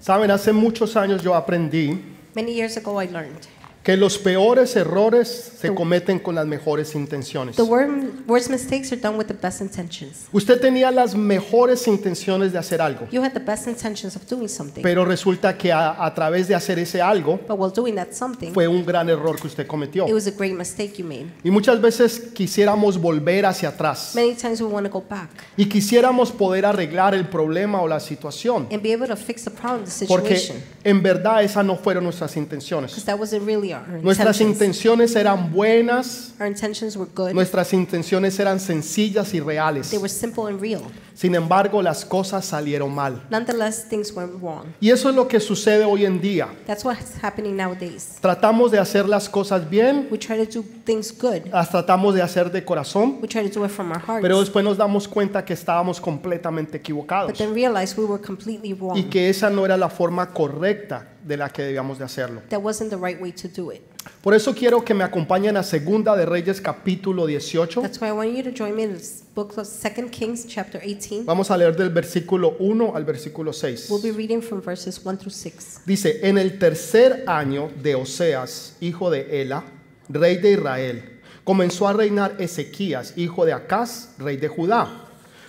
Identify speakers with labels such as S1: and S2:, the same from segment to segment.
S1: Saben, hace muchos años yo aprendí
S2: Many years ago, I learned
S1: que los peores errores se cometen con las mejores intenciones.
S2: the wor- worst mistakes are done with the best intentions.
S1: Usted tenía las mejores intenciones de hacer algo,
S2: You had the best intentions of doing something,
S1: pero resulta que a, a través de hacer ese algo
S2: but while doing that something,
S1: fue un gran error que usted cometió.
S2: it was a great mistake you made.
S1: Y muchas veces quisiéramos volver hacia atrás
S2: Many times we want to go back
S1: y quisiéramos poder arreglar el problema o la situación,
S2: and be able to fix the problem, the
S1: porque
S2: situation,
S1: en verdad esas no fueron nuestras intenciones.
S2: because that wasn't really our
S1: Nuestras
S2: intentions.
S1: intenciones eran buenas,
S2: Our intentions were good.
S1: nuestras intenciones eran sencillas y reales.
S2: They were simple and real.
S1: Sin embargo, las cosas salieron mal.
S2: Nonetheless, things went wrong.
S1: Y eso es lo que sucede hoy en día.
S2: That's what's happening nowadays.
S1: Tratamos de hacer las cosas bien,
S2: We try to do things good.
S1: las tratamos de hacer de corazón,
S2: We try to do it from our hearts,
S1: pero después nos damos cuenta que estábamos completamente
S2: but
S1: equivocados
S2: then realize we were completely
S1: y
S2: wrong.
S1: que esa no era la forma correcta de la que debíamos de hacerlo.
S2: That wasn't the right way to do it.
S1: Por eso quiero que me acompañen a Segunda de Reyes capítulo 18.
S2: That's why I want you to join me in this book of 2 Kings, chapter 18.
S1: Vamos a leer del versículo 1 al versículo 6.
S2: We'll be reading from verses 1 through 6.
S1: Dice, en el tercer año de Oseas, hijo de Ela, rey de Israel, comenzó a reinar Ezequías, hijo de Acaz, rey de Judá.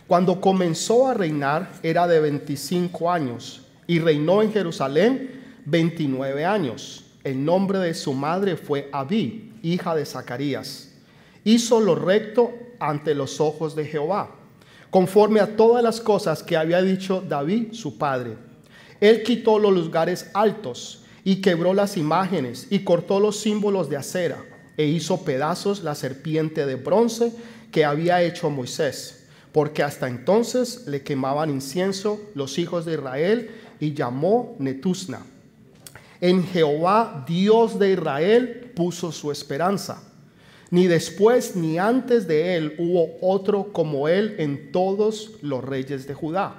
S1: Cuando comenzó a reinar era de 25 años y reinó en Jerusalén 29 años. El nombre de su madre fue Abí, hija de Zacarías. Hizo lo recto ante los ojos de Jehová, conforme a todas las cosas que había dicho David, su padre. Él quitó los lugares altos y quebró las imágenes y cortó los símbolos de acera e hizo pedazos la serpiente de bronce que había hecho Moisés, porque hasta entonces le quemaban incienso los hijos de Israel y llamó Netusna. En Jehová, Dios de Israel, puso su esperanza. Ni después ni antes de él hubo otro como él en todos los reyes de Judá.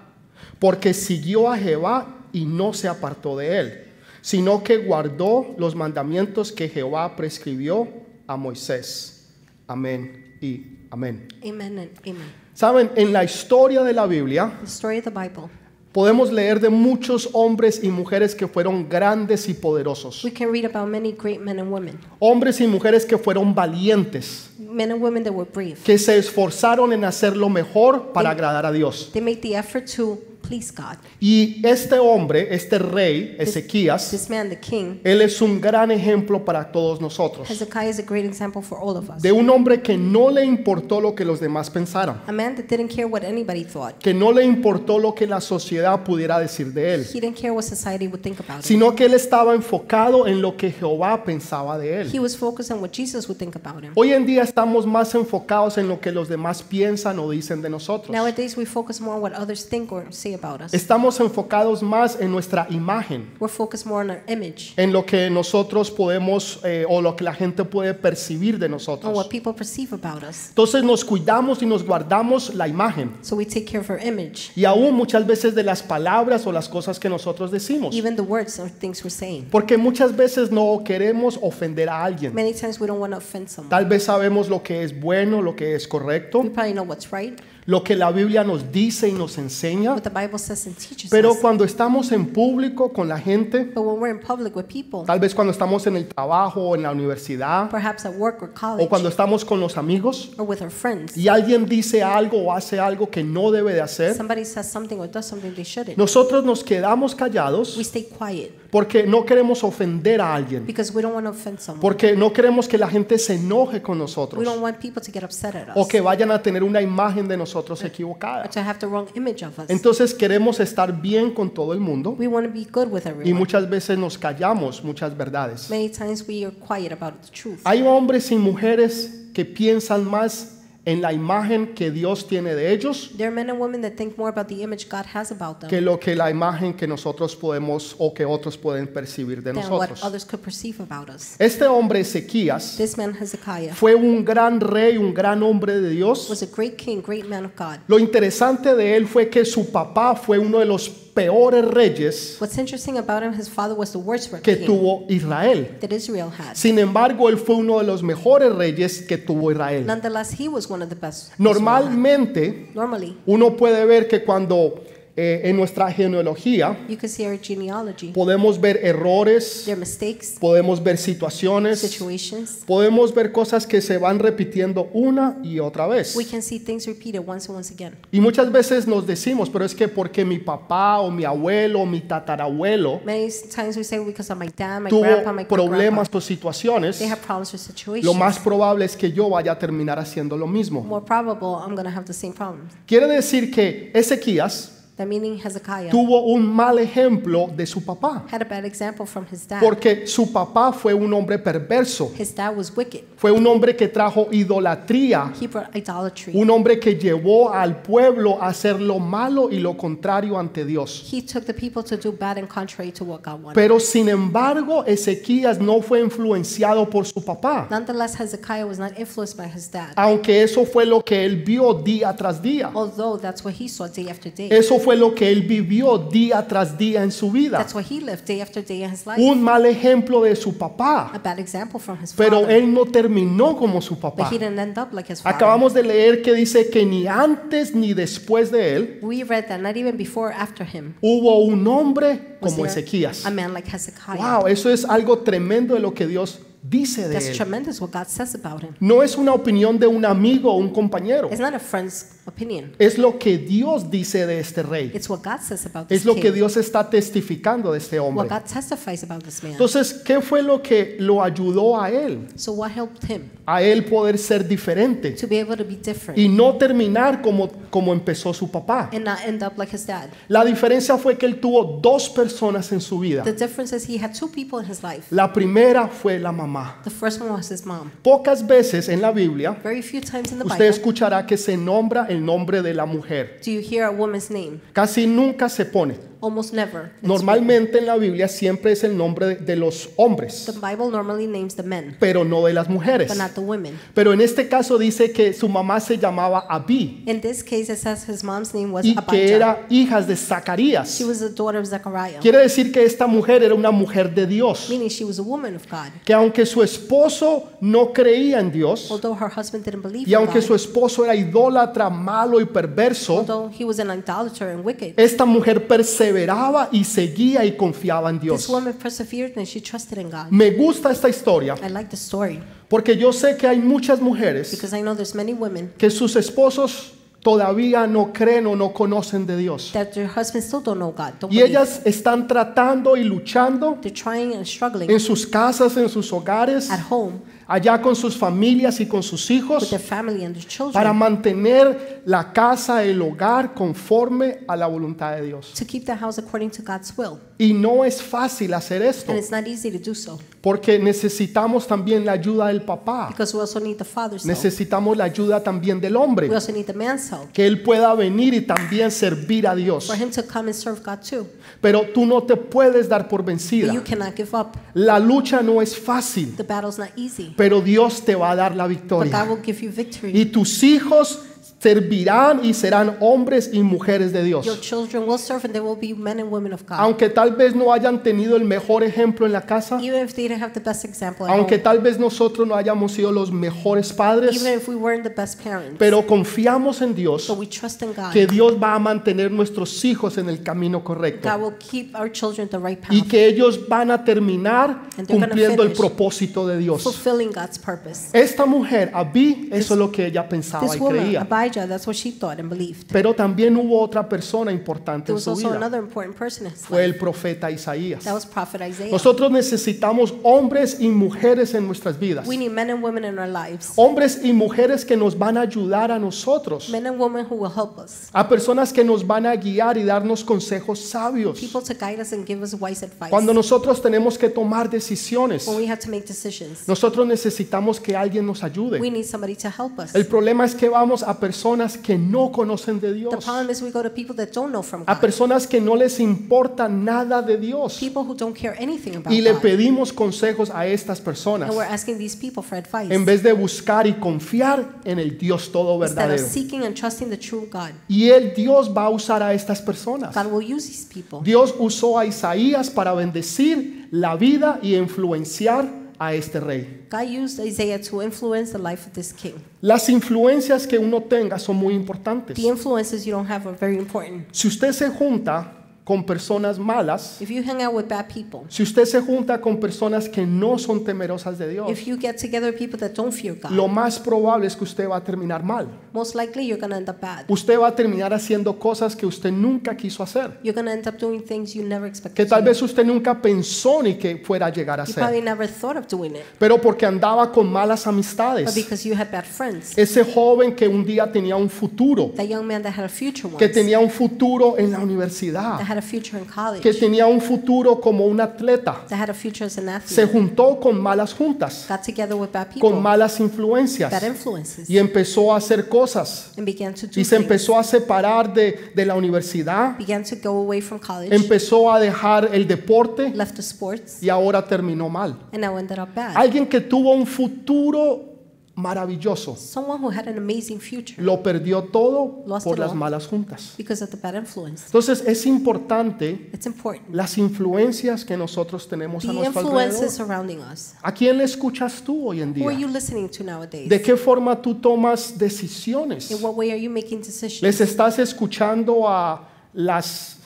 S1: Porque siguió a Jehová y no se apartó de él, sino que guardó los mandamientos que Jehová prescribió a Moisés. Amén y amén.
S2: Amen and amen.
S1: Saben, en la historia de la Biblia
S2: The story of the Bible.
S1: podemos leer de muchos hombres y mujeres que fueron grandes y poderosos.
S2: We can read about many great men and women,
S1: Hombres y mujeres que fueron valientes,
S2: men and women that were brave.
S1: que se esforzaron en hacer lo mejor para agradar a Dios.
S2: They made the effort to please God.
S1: Y este hombre, este rey, Ezequías,
S2: This man, the king,
S1: él es un gran ejemplo para todos nosotros.
S2: Hezekiah is a great example for all of us.
S1: De un hombre que no le importó lo que los demás pensaran,
S2: A man that didn't care what anybody thought.
S1: que no le importó lo que la sociedad pudiera decir de él,
S2: He didn't care what society would think about him.
S1: sino que él estaba enfocado en lo que Jehová pensaba de
S2: He
S1: él.
S2: was focused on what Jesus would think about him.
S1: Hoy en día estamos más enfocados en lo que los demás piensan o dicen de nosotros.
S2: Nowadays, we focus more on what others think or say about us.
S1: Estamos enfocados más en nuestra imagen.
S2: We're focused more on our image,
S1: en lo que nosotros podemos eh, o lo que la gente puede percibir de
S2: on Oh, what
S1: nosotros.
S2: people perceive about us.
S1: Entonces nos cuidamos y nos guardamos la imagen
S2: So we take care of our image,
S1: y aún muchas veces de las palabras o las cosas que nosotros decimos,
S2: even the words or things we're saying.
S1: porque muchas veces no queremos ofender a alguien.
S2: Many times we don't want to offend someone.
S1: Tal vez sabemos lo que es bueno, lo que es correcto,
S2: We probably know what's right,
S1: lo que la Biblia nos dice y nos enseña,
S2: what the Bible says and teaches
S1: pero
S2: us.
S1: cuando estamos en público con la gente,
S2: But when we're in public with people,
S1: tal vez cuando estamos en el trabajo o en la universidad
S2: perhaps at work or
S1: o cuando
S2: college,
S1: estamos con los amigos,
S2: or with our friends,
S1: y alguien dice algo o hace algo que no debe de hacer,
S2: somebody says something or does something they shouldn't,
S1: nosotros nos quedamos
S2: we
S1: callados
S2: stay quiet
S1: porque no queremos ofender a alguien,
S2: because we don't want to offend someone.
S1: porque no queremos que la gente se enoje con
S2: We don't
S1: nosotros
S2: want people to get upset at
S1: o
S2: us
S1: que vayan a tener una imagen de nosotros
S2: or
S1: equivocada.
S2: to have the wrong image of us.
S1: Entonces queremos estar bien con todo el mundo
S2: We want to be good with
S1: y
S2: everyone.
S1: muchas veces nos callamos muchas verdades.
S2: Many times we are quiet about the truth.
S1: Hay hombres y mujeres que piensan más en la imagen que Dios tiene de ellos
S2: There are men and women that think more about the image God has about them
S1: que lo que la imagen que nosotros podemos o que otros pueden percibir de
S2: than what
S1: nosotros.
S2: others could perceive about us.
S1: Este hombre Ezequías
S2: This man Hezekiah
S1: fue un gran rey, un gran hombre de Dios.
S2: was a great king, great man of God.
S1: Lo interesante de él fue que su papá fue uno de los peores reyes
S2: What's interesting about him, his father was the worst
S1: que
S2: king
S1: tuvo Israel.
S2: that Israel had.
S1: Sin embargo, él fue uno de los mejores reyes que tuvo Israel.
S2: Nonetheless, he was one of the best. Israel had.
S1: Normalmente,
S2: Normally,
S1: uno puede ver que cuando eh, en nuestra genealogía
S2: You can see our genealogy.
S1: podemos ver errores,
S2: Their mistakes,
S1: podemos ver situaciones,
S2: situations.
S1: podemos ver cosas que se van repitiendo una y otra vez.
S2: We can see things repeated once and once again.
S1: Y muchas veces nos decimos, pero es que porque mi papá o mi abuelo o mi tatarabuelo
S2: Many times we say because of my dad, my grandpa, my
S1: tuvo
S2: grandpa.
S1: problemas o situaciones,
S2: They have problems with situations.
S1: lo más probable es que yo vaya a terminar haciendo lo mismo.
S2: More probable, I'm going to have the same problem.
S1: Quiere decir que Ezequías
S2: That meaning Hezekiah
S1: tuvo un mal ejemplo de su papá,
S2: had a bad example from his dad.
S1: porque su papá fue un hombre perverso,
S2: His dad was wicked.
S1: fue un hombre que trajo idolatría,
S2: He brought idolatry.
S1: un hombre que llevó al pueblo a hacer lo malo y lo contrario ante Dios.
S2: He took the people to do bad and contrary to what God wanted.
S1: Pero sin embargo, Ezequías no fue influenciado por su papá,
S2: Nonetheless, Hezekiah was not influenced by his dad,
S1: aunque eso fue lo que él vio día tras día.
S2: although that's what he saw day after day.
S1: Eso fue lo que él vivió día tras día en su vida.
S2: That's what he lived day after day in his life.
S1: Un mal ejemplo de su papá,
S2: A bad example from his
S1: pero
S2: father.
S1: él no terminó como su
S2: But
S1: papá.
S2: he didn't end up like his father.
S1: Acabamos de leer que dice que ni antes ni después de él
S2: We read that not even before or after him
S1: hubo un hombre
S2: was
S1: como
S2: there
S1: Ezequías.
S2: a man like Hezekiah.
S1: Wow, eso es algo tremendo de lo que Dios dice de
S2: That's
S1: él.
S2: tremendous what God says about him.
S1: No es una opinión de un amigo o un compañero.
S2: It's not a friend's opinion.
S1: Es lo que Dios dice de este rey.
S2: It's what God says about this
S1: Es lo que
S2: king.
S1: Dios está testificando de este
S2: What
S1: hombre.
S2: God testifies about this man.
S1: Entonces, ¿qué fue lo que lo ayudó a él?
S2: So what helped him
S1: A él poder ser diferente
S2: to be able to be different
S1: y no terminar como, como empezó su papá.
S2: and not end up like his dad?
S1: La diferencia fue que él tuvo dos personas en su vida.
S2: The difference is he had two people in his life.
S1: La primera fue la mamá.
S2: The first one was his mom.
S1: Pocas veces en la Biblia
S2: Very few times in the
S1: usted
S2: Bible
S1: escuchará que se nombra el nombre de la mujer.
S2: do you hear a woman's name.
S1: Casi nunca se pone.
S2: Almost never. It's-
S1: Normalmente en la Biblia siempre es el nombre de- de los hombres.
S2: The Bible normally names the men,
S1: pero no de las mujeres.
S2: but not the women.
S1: Pero en este caso dice que su mamá se llamaba Abí
S2: In this case, it says his mom's name was
S1: y que
S2: Abijah.
S1: era hija de Zacarías.
S2: She was the daughter of Zechariah,
S1: Quiere decir que esta mujer era una mujer de Dios,
S2: meaning she was a woman of God.
S1: que aunque su esposo no creía en Dios
S2: Although her husband didn't believe
S1: y
S2: in
S1: aunque su
S2: God,
S1: esposo era idólatra, malo y perverso,
S2: although he was an idolater and wicked,
S1: esta mujer perseveraba y seguía y confiaba en
S2: this
S1: Dios.
S2: woman persevered and she trusted in God.
S1: Me gusta esta historia
S2: I like the story
S1: porque yo sé que hay muchas mujeres
S2: because I know there's many women
S1: que sus esposos todavía no creen o no conocen de Dios.
S2: that their husbands still don't know God. Don't
S1: Y
S2: believe.
S1: ellas están tratando y luchando
S2: They're trying and struggling
S1: en sus casas, en sus hogares,
S2: at home
S1: allá con sus familias y con sus
S2: with
S1: hijos,
S2: their family and their
S1: para
S2: children
S1: mantener la casa, el hogar conforme a la voluntad de Dios.
S2: to keep the house according to God's will.
S1: Y no es fácil hacer esto,
S2: And it's not easy to do so
S1: porque necesitamos también la ayuda del papá,
S2: because we also need the father's help.
S1: necesitamos la ayuda también del
S2: We
S1: hombre,
S2: also need the man's help
S1: que él pueda venir y también servir a Dios.
S2: for him to come and serve God too.
S1: Pero tú no te puedes dar por
S2: But
S1: vencida.
S2: you cannot give up.
S1: La lucha no es fácil,
S2: The battle's not easy,
S1: pero Dios te va a dar la
S2: but
S1: victoria.
S2: God will give you victory.
S1: y tus hijos servirán y serán hombres y mujeres de
S2: Your
S1: Dios.
S2: children will serve and they will be men and women of God.
S1: Ah. Aunque tal vez no hayan tenido el mejor ejemplo en la casa,
S2: Even if they didn't have the best example at
S1: aunque
S2: home,
S1: tal vez nosotros no hayamos sido los mejores
S2: even
S1: padres,
S2: if we weren't the best parents,
S1: pero confiamos en Dios
S2: but we trust in God.
S1: que Dios va a mantener nuestros hijos en el camino
S2: God
S1: correcto
S2: will keep our children the right
S1: y
S2: path,
S1: que ellos van a terminar
S2: And they're gonna
S1: cumpliendo el
S2: finish.
S1: propósito de Dios.
S2: fulfilling God's purpose.
S1: Esta mujer, Abí, eso es lo que ella pensaba
S2: This
S1: y
S2: woman,
S1: creía.
S2: Abijah, that's what she thought and believed.
S1: Pero también hubo otra persona importante
S2: There
S1: en
S2: was
S1: su
S2: also
S1: vida.
S2: another important person in his
S1: Fue
S2: life.
S1: el profeta Isaías.
S2: That was Prophet Isaiah.
S1: Nosotros necesitamos hombres y mujeres en nuestras vidas.
S2: We need men and women in our lives.
S1: Hombres y mujeres que nos van a ayudar a nosotros.
S2: Men and women who will help us.
S1: A personas que nos van a guiar y darnos consejos sabios.
S2: People to guide us and give us wise advice.
S1: Cuando nosotros tenemos que tomar decisiones,
S2: when we have to make decisions,
S1: nosotros necesitamos que alguien nos
S2: we
S1: ayude.
S2: need somebody to help us.
S1: El problema es que vamos a personas que no conocen de
S2: The
S1: Dios.
S2: problem is we go to people that don't know from
S1: A
S2: God.
S1: personas que no les importa nada de Dios.
S2: People who don't care anything about
S1: Y le
S2: God.
S1: pedimos consejos a estas personas
S2: And we're asking these people for advice.
S1: en vez de buscar y confiar en el Dios todo
S2: Instead of
S1: verdadero.
S2: seeking and trusting the true God.
S1: Y el Dios va a usar a estas personas.
S2: God will use these people.
S1: Dios usó a Isaías para bendecir la vida y influenciar a este rey.
S2: God used Isaiah to influence the life of this king.
S1: Las influencias que uno tenga son muy importantes.
S2: The influences you don't have are very important.
S1: Si usted se junta con personas malas,
S2: If you hang out with bad people,
S1: si usted se junta con personas que no son temerosas de Dios,
S2: if you get together with people that don't fear God,
S1: lo más probable es que usted va a terminar mal.
S2: most likely you're going to end up bad.
S1: Usted va a terminar haciendo cosas que usted nunca quiso hacer,
S2: You're going to end up doing things you never expected
S1: que tal
S2: to do.
S1: vez usted nunca pensó ni que fuera a llegar a
S2: You
S1: ser,
S2: probably never thought of doing it,
S1: pero porque andaba con malas
S2: but
S1: amistades.
S2: because you had bad friends.
S1: Ese joven que un día tenía un futuro,
S2: That young man that had a future once,
S1: que tenía un futuro en la
S2: that
S1: universidad,
S2: had a future in college,
S1: que tenía un futuro como un atleta,
S2: that had a future as an athlete,
S1: se juntó con malas juntas,
S2: got together with bad people,
S1: con malas influencias
S2: bad influences,
S1: y empezó a hacer cosas
S2: and began to do
S1: y se
S2: things.
S1: empezó a separar de, de la universidad,
S2: began to go away from college,
S1: empezó a dejar el deporte
S2: left the sports,
S1: y ahora terminó mal.
S2: and now ended up bad.
S1: Alguien que tuvo un futuro maravilloso
S2: Someone who had an amazing future
S1: lo perdió todo
S2: Lost
S1: por
S2: it
S1: las
S2: all.
S1: malas juntas.
S2: because of the bad influence.
S1: Entonces es importante
S2: It's important.
S1: las influencias que nosotros tenemos a
S2: The
S1: nuestro alrededor.
S2: influences surrounding us.
S1: ¿A quién le escuchas tú hoy en
S2: Who are
S1: día?
S2: you listening to nowadays?
S1: ¿De qué forma tú tomas decisiones?
S2: In what way are you making decisions?
S1: Les estás escuchando a las,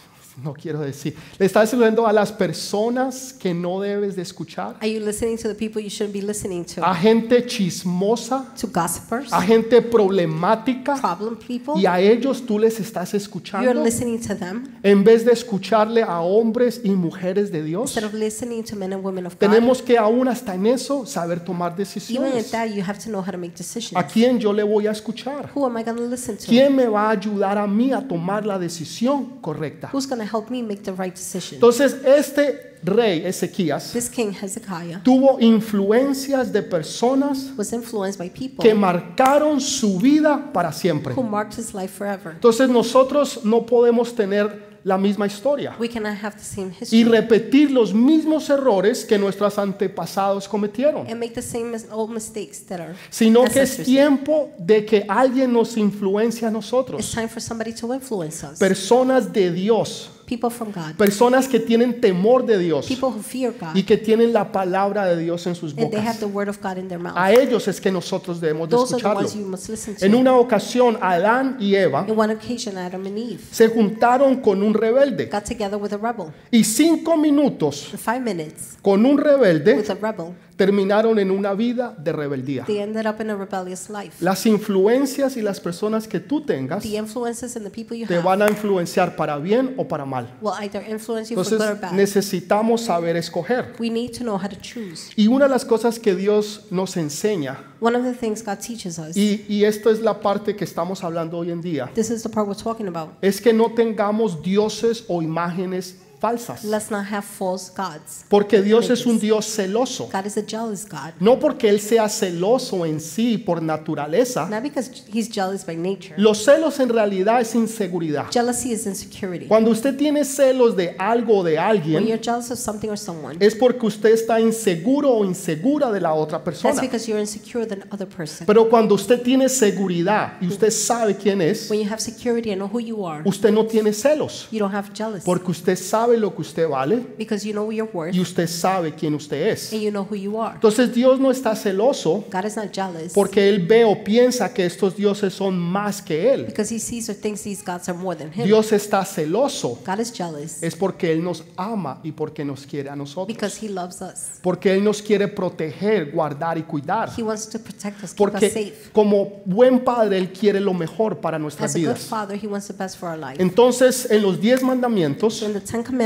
S1: no quiero decir, le estás escuchando a las personas que no debes de escuchar,
S2: Are you listening to the people you shouldn't be listening to?
S1: a gente chismosa,
S2: To gossipers?
S1: a gente problemática,
S2: Problem people?
S1: y a ellos tú les estás
S2: You're
S1: escuchando
S2: listening to them
S1: en vez de escucharle a hombres y mujeres de Dios.
S2: instead of listening to men and women of God.
S1: Tenemos que aún hasta en eso saber tomar
S2: Even at
S1: decisiones.
S2: that, you have to know how to make
S1: ¿A
S2: decisions.
S1: quién yo le voy a escuchar?
S2: Who am I going to listen to?
S1: ¿Quién me va a ayudar a mí a tomar la decisión correcta?
S2: Who's going to help me make the right decision?
S1: Entonces, este rey Ezequías
S2: This king, Hezekiah,
S1: tuvo influencias de personas
S2: was influenced by people
S1: que marcaron su vida para siempre.
S2: who marked his life forever.
S1: Entonces nosotros no podemos tener la misma historia
S2: We cannot have the same history
S1: y repetir los mismos errores que nuestros antepasados cometieron,
S2: and make the same mis- old mistakes that are
S1: sino que es
S2: ancestors did.
S1: tiempo de que alguien nos influencie a
S2: It's
S1: nosotros.
S2: time for somebody to influence us.
S1: Personas de Dios,
S2: People from God.
S1: personas que tienen temor de Dios
S2: People who fear
S1: y
S2: God.
S1: que tienen la palabra de Dios en sus
S2: And they
S1: bocas.
S2: have the word of God in their mouth.
S1: A ellos es que nosotros debemos de
S2: Those are the
S1: escucharlo.
S2: ones you must listen
S1: En
S2: to.
S1: una ocasión, Adán y Eva
S2: In one occasion, Adam and Eve
S1: se juntaron con un rebelde
S2: got together with a rebel.
S1: y cinco minutos
S2: In five minutes,
S1: con un rebelde
S2: with a rebel,
S1: terminaron en una vida de rebeldía.
S2: they ended up in a rebellious life.
S1: Las influencias y las personas que tú tengas
S2: The influences and the people you
S1: te
S2: have
S1: van a influenciar para bien o para mal.
S2: will either influence you for
S1: Entonces
S2: good or bad.
S1: necesitamos saber escoger.
S2: We need to know how to choose.
S1: Y una de las cosas que Dios nos enseña,
S2: One of the things God teaches us,
S1: y, y esto es la parte que estamos hablando hoy en día,
S2: this is the part we're talking about.
S1: es que no tengamos dioses o imágenes falsas.
S2: Let's not have false gods.
S1: Porque Dios es un Dios celoso.
S2: God is a jealous God.
S1: No porque Él sea celoso en sí por naturaleza.
S2: Not because he's jealous by nature.
S1: Los celos en realidad es inseguridad.
S2: Jealousy is insecurity.
S1: Cuando usted tiene celos de algo o de
S2: When
S1: alguien,
S2: you're jealous of something or someone,
S1: es porque usted está inseguro o insegura de la otra
S2: that's
S1: persona.
S2: because you're insecure than other person.
S1: Pero cuando usted tiene seguridad y usted sabe quién es,
S2: When you have security and know who you are,
S1: usted no tiene celos.
S2: you don't have jealousy
S1: Porque usted sabe lo que usted vale
S2: because you know your worth
S1: y usted sabe quién usted es.
S2: and you know who you are.
S1: Entonces Dios no está celoso
S2: God is not jealous
S1: porque Él ve o piensa que estos dioses son más que Él.
S2: because he sees or thinks these gods are more than him.
S1: Dios está celoso
S2: God is jealous
S1: es porque Él nos ama y porque nos quiere a nosotros.
S2: because he loves us.
S1: Porque Él nos quiere proteger, guardar y cuidar.
S2: He wants to protect us, keep us
S1: Ah. Porque
S2: safe.
S1: como buen padre, Él quiere lo mejor para nuestras
S2: As a good
S1: vidas.
S2: father, he wants the best for our life.
S1: Entonces, en los diez
S2: So
S1: mandamientos,
S2: in the Ten Commandments,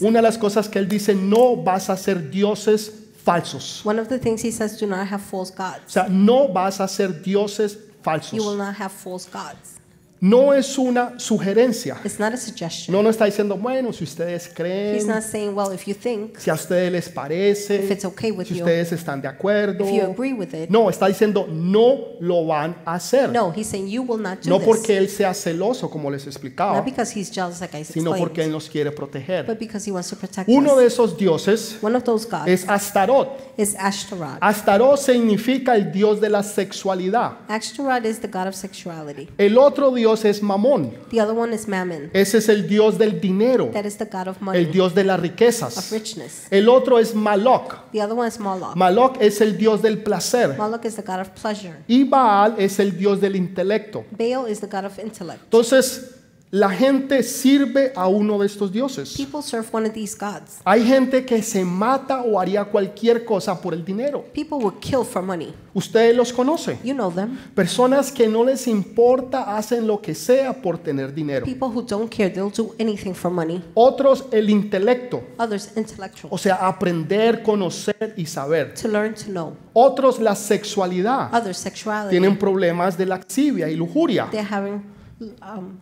S1: una de las cosas que Él dice, no vas a ser dioses falsos.
S2: one of the things he says, do not have false
S1: O
S2: gods.
S1: sea, no vas a ser dioses
S2: You will
S1: falsos.
S2: not have false gods.
S1: No es una sugerencia.
S2: It's not a suggestion.
S1: No nos está diciendo, bueno, si ustedes
S2: He's
S1: creen,
S2: not saying, well, if you think,
S1: si a ustedes les
S2: if
S1: parece,
S2: it's okay with
S1: si
S2: you,
S1: ustedes están de acuerdo.
S2: if you agree with it.
S1: No, está diciendo, no lo van a hacer.
S2: No, he's saying you will not do
S1: No
S2: this.
S1: porque Él sea celoso, como les explicaba,
S2: Not because he's jealous, like I explained,
S1: sino porque Él nos quiere proteger.
S2: but because he wants to protect
S1: Uno
S2: us.
S1: de esos dioses
S2: One of those gods
S1: es Astarot.
S2: is Ashtaroth.
S1: Astarot significa el dios de la sexualidad.
S2: Ashtaroth is the god of sexuality.
S1: El otro dios dios es Mamón.
S2: The other one is Mammon.
S1: Ese es el dios del dinero,
S2: That is the god of
S1: el
S2: money,
S1: dios de las
S2: of
S1: riquezas.
S2: richness.
S1: El otro es Maloc.
S2: The other one is Moloch.
S1: Maloc es el dios del placer
S2: Moloch is the god of pleasure.
S1: y Baal es el dios del intelecto.
S2: Baal is the god of intellect.
S1: Entonces, la gente sirve a uno de estos dioses.
S2: People serve one of these gods.
S1: Hay gente que se mata o haría cualquier cosa por el dinero.
S2: People will kill for money.
S1: Ustedes los conocen.
S2: You know them.
S1: Personas que no les importa hacen lo que sea por tener dinero.
S2: People who don't care, they'll do anything for money.
S1: Otros el intelecto,
S2: Others,
S1: o
S2: intellectual.
S1: sea, aprender, conocer y saber.
S2: To learn to know.
S1: Otros la sexualidad.
S2: Others, sexuality.
S1: Tienen problemas de laxivia y lujuria.
S2: They're having um,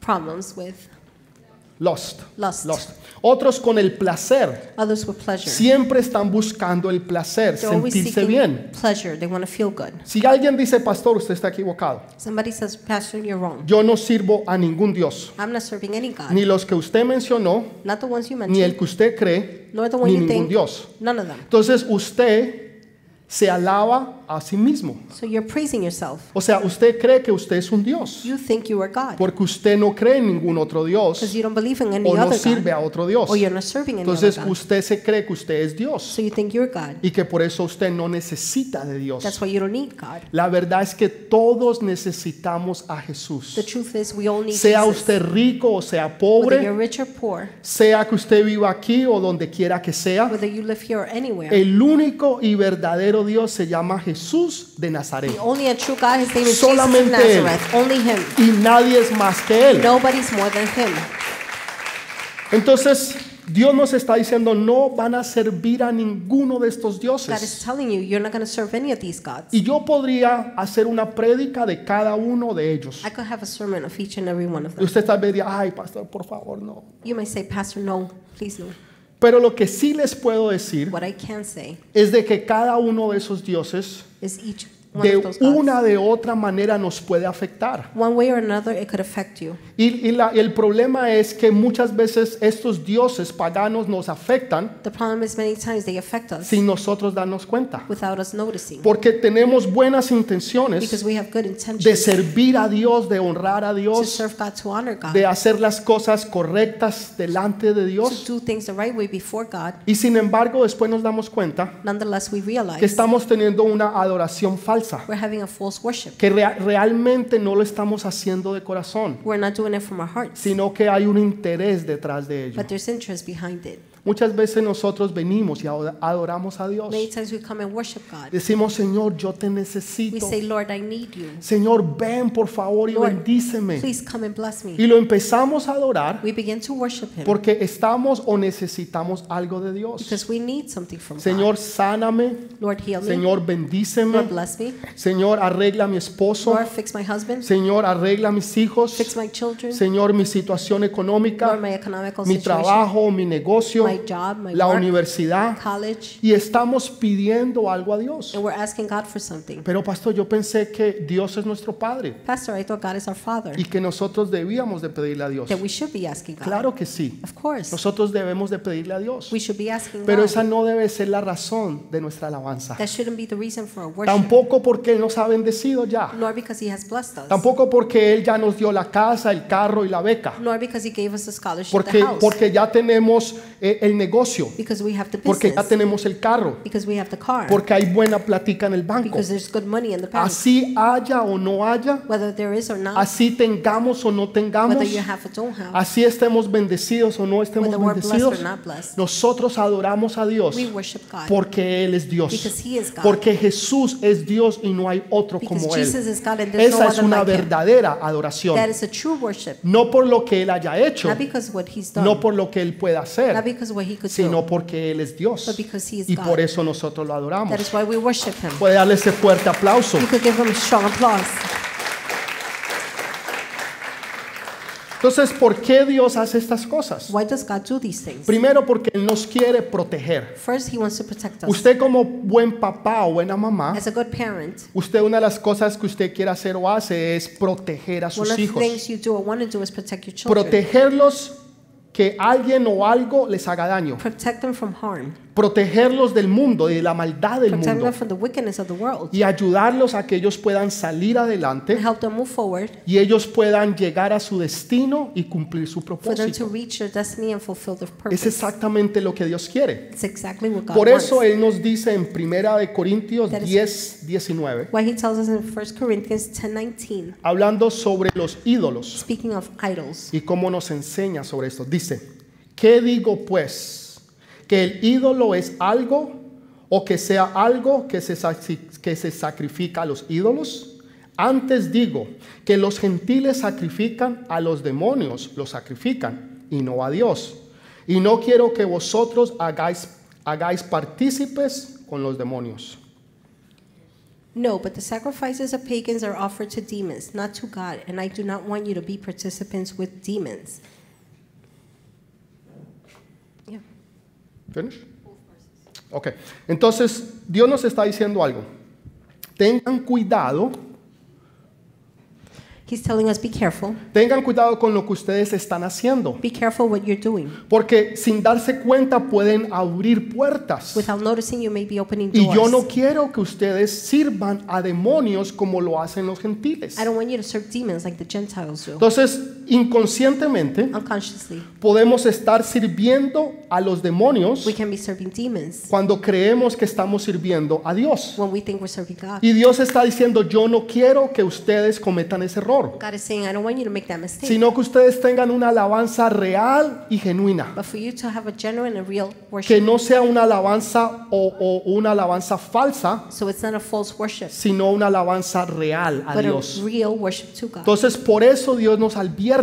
S2: problems with
S1: Lost.
S2: Lust.
S1: Otros con el placer.
S2: others with pleasure.
S1: Siempre están buscando el placer,
S2: They're always
S1: sentirse
S2: seeking
S1: bien.
S2: pleasure. They want to feel good.
S1: Si alguien dice, pastor, usted está equivocado.
S2: Somebody says, Pastor, you're wrong.
S1: Yo no sirvo a ningún Dios.
S2: I'm not serving any God.
S1: Ni los que usted mencionó,
S2: not the ones you
S1: ni el
S2: mentioned,
S1: que usted cree,
S2: nor the one
S1: ni
S2: you
S1: ningún
S2: think.
S1: Dios.
S2: None of them.
S1: Entonces usted se alaba a sí mismo.
S2: So you're praising yourself.
S1: O sea, usted cree que usted es un Dios.
S2: You think you are God
S1: Porque usted no cree en ningún otro
S2: because
S1: Dios
S2: you don't believe in any
S1: o no
S2: other
S1: sirve
S2: God,
S1: a otro Dios.
S2: or you're not serving any
S1: Entonces
S2: other God.
S1: usted se cree que usted es Dios.
S2: So you think you're God.
S1: y que por eso usted no necesita de Dios.
S2: That's why you don't need God.
S1: La verdad es que todos necesitamos a
S2: The
S1: Jesús.
S2: truth is, we all need
S1: Sea
S2: Jesus.
S1: usted rico o sea
S2: whether you're
S1: pobre,
S2: rich or poor,
S1: sea que usted viva aquí o donde quiera que sea,
S2: whether you live here or anywhere,
S1: el único y verdadero Dios se llama Jesús de Nazaret.
S2: only a true God. His name is Jesus
S1: Solamente
S2: of
S1: él.
S2: Nazareth. Only Him.
S1: Y nadie es más que Él.
S2: Nobody's more than Him.
S1: Entonces, Dios nos está diciendo, no van a servir a ninguno de estos
S2: God
S1: dioses.
S2: is telling you, you're not going to serve any of these gods.
S1: Y yo podría hacer una prédica de cada uno de ellos.
S2: I could have a sermon of each and every one of
S1: Y
S2: them.
S1: usted tal vez diría, ay, pastor, por favor, no.
S2: You may say, Pastor, no, please no.
S1: Pero lo que sí les puedo decir
S2: What I can say
S1: es de que cada uno de esos dioses
S2: is each one
S1: de
S2: of those gods.
S1: una de otra manera nos puede afectar.
S2: One way or another, it could affect you.
S1: Y, y la- el problema es que muchas veces estos dioses paganos nos afectan
S2: The problem is many times they affect us
S1: sin nosotros darnos cuenta.
S2: without us noticing
S1: Porque tenemos buenas intenciones
S2: because we have good
S1: de
S2: intentions
S1: servir a Dios, de honrar a
S2: to
S1: Dios,
S2: serve God, to honor God,
S1: de hacer las cosas correctas delante de
S2: to
S1: Dios.
S2: do things the right way before God.
S1: Y sin embargo después nos damos cuenta
S2: Nonetheless, we
S1: que
S2: realize
S1: estamos teniendo una adoración falsa.
S2: we're having a false worship.
S1: que rea- realmente no lo estamos haciendo de corazón,
S2: We're not doing it from our hearts,
S1: sino que hay un interés detrás de ello.
S2: but there's interest behind it.
S1: Muchas veces nosotros venimos y ador- adoramos a Dios.
S2: Many times we come and worship God.
S1: Decimos, Señor, yo te
S2: We
S1: necesito.
S2: say, Lord, I need you.
S1: Señor, ven por favor y
S2: Lord,
S1: bendíceme.
S2: Please come and bless
S1: Y
S2: me.
S1: lo empezamos a adorar
S2: We begin to worship Him
S1: porque estamos o necesitamos algo de Dios.
S2: because we need something from God.
S1: Señor, sáname.
S2: Lord, heal me.
S1: Señor, bendíceme.
S2: Lord, bless me.
S1: Señor, arregla a mi esposo.
S2: Lord, fix my husband.
S1: Señor, arregla a mis
S2: Fix
S1: hijos.
S2: my children.
S1: Señor, mi situación económica.
S2: Lord, my economical
S1: mi
S2: situation.
S1: trabajo, mi negocio,
S2: my job, my
S1: la
S2: work,
S1: universidad
S2: college,
S1: y estamos pidiendo algo a Dios.
S2: and we're asking God for something.
S1: Pero pastor, yo pensé que Dios es nuestro Padre
S2: Pastor, I thought God is our Father,
S1: y que nosotros debíamos de pedirle a Dios.
S2: that we should be asking God.
S1: Claro que sí,
S2: Of course,
S1: nosotros debemos de pedirle a Dios,
S2: we should be asking
S1: pero
S2: God.
S1: esa no debe ser la razón de nuestra alabanza.
S2: that shouldn't be the reason for our worship,
S1: Tampoco porque Él nos ha bendecido ya,
S2: nor because He has blessed us,
S1: tampoco porque Él ya nos dio la casa, el carro y la beca,
S2: nor because He gave us a scholarship,
S1: porque,
S2: the house,
S1: porque ya tenemos eh, el negocio,
S2: because we have the
S1: porque
S2: business,
S1: ya tenemos el carro,
S2: because we have the car,
S1: porque hay buena plática en el banco.
S2: because there's good money in the bank,
S1: Así haya o no haya,
S2: whether there is or not,
S1: así tengamos o no
S2: whether
S1: tengamos,
S2: you have or don't have,
S1: así estemos bendecidos o no estemos
S2: whether we're blessed
S1: bendecidos,
S2: or not blessed,
S1: nosotros adoramos a Dios
S2: we worship God
S1: porque Él es
S2: because
S1: Dios,
S2: He is God,
S1: porque Jesús es Dios y no hay otro
S2: because
S1: como
S2: Jesus
S1: Él.
S2: is God and there's no
S1: Esa es
S2: other
S1: una
S2: like Him.
S1: verdadera adoración,
S2: That is a true worship,
S1: no por lo que Él haya hecho,
S2: not because what He's done,
S1: no por lo que Él pueda
S2: not
S1: hacer,
S2: because what He could do.
S1: sino porque Él es Dios
S2: But because he is
S1: y
S2: God.
S1: por eso nosotros lo
S2: That
S1: adoramos.
S2: is why we worship him.
S1: Puede darle ese fuerte aplauso.
S2: You could give him strong applause.
S1: Entonces, ¿por qué Dios hace estas cosas?
S2: Why does God do these things?
S1: Primero porque Él nos quiere proteger.
S2: First, he wants to protect us.
S1: Usted como buen papá o buena mamá,
S2: As a good parent,
S1: usted una de las cosas que usted quiere hacer o hace es proteger a
S2: one
S1: sus
S2: of the
S1: hijos.
S2: things you do or want to do is protect your children.
S1: Protegerlos que alguien o algo les haga daño.
S2: Protect them from harm.
S1: protegerlos del mundo y de la maldad del
S2: protect
S1: mundo
S2: them from the wickedness of the world,
S1: y ayudarlos a que ellos puedan salir
S2: and
S1: adelante
S2: help them move forward
S1: y ellos puedan llegar a su destino y cumplir su
S2: for them to
S1: propósito.
S2: reach their destiny and fulfill their
S1: Es
S2: purpose.
S1: exactamente lo que Dios quiere.
S2: It's exactly what God
S1: Por eso
S2: wants.
S1: Él nos dice en 1 de Corintios
S2: That is-
S1: 10, 19,
S2: Why he tells us in 1 Corinthians 10:19,
S1: hablando sobre los ídolos
S2: speaking of idols,
S1: y cómo nos enseña sobre esto. Dice, ¿qué digo pues? ¿Que el ídolo es algo o que sea algo que se, saci- que se sacrifica a los ídolos? Antes digo que los gentiles sacrifican a los demonios, los sacrifican y no a Dios. Y no quiero que vosotros hagáis, hagáis partícipes con los demonios.
S2: no, but the sacrifices of pagans are offered to demons, not to God, and I do not want you to be participants with demons. Yeah.
S1: Finish. Ok, entonces Dios nos está diciendo algo. Tengan cuidado
S2: He's telling us be careful.
S1: Tengan cuidado con lo que ustedes están haciendo,
S2: Be careful what you're doing.
S1: porque sin darse cuenta pueden abrir puertas.
S2: Without noticing, you may be opening
S1: Y
S2: Pues doors.
S1: yo no quiero que ustedes sirvan a demonios como lo hacen los gentiles.
S2: I don't want you to serve demons like the Gentiles do.
S1: Entonces, inconscientemente,
S2: Unconsciously,
S1: podemos estar sirviendo a los demonios
S2: we can be serving demons
S1: cuando creemos que estamos sirviendo a Dios.
S2: when we think we're serving God.
S1: Y Dios está diciendo, yo no quiero que ustedes cometan ese error,
S2: God is saying, I don't want you to make that mistake.
S1: sino que ustedes tengan una alabanza real y genuina.
S2: But for you to have a genuine and real
S1: que
S2: worship,
S1: no sea una alabanza o, o una alabanza falsa,
S2: so it's not a false worship,
S1: sino una alabanza real a
S2: but a
S1: Dios.
S2: real worship to God.
S1: Entonces, por eso Dios nos advierte,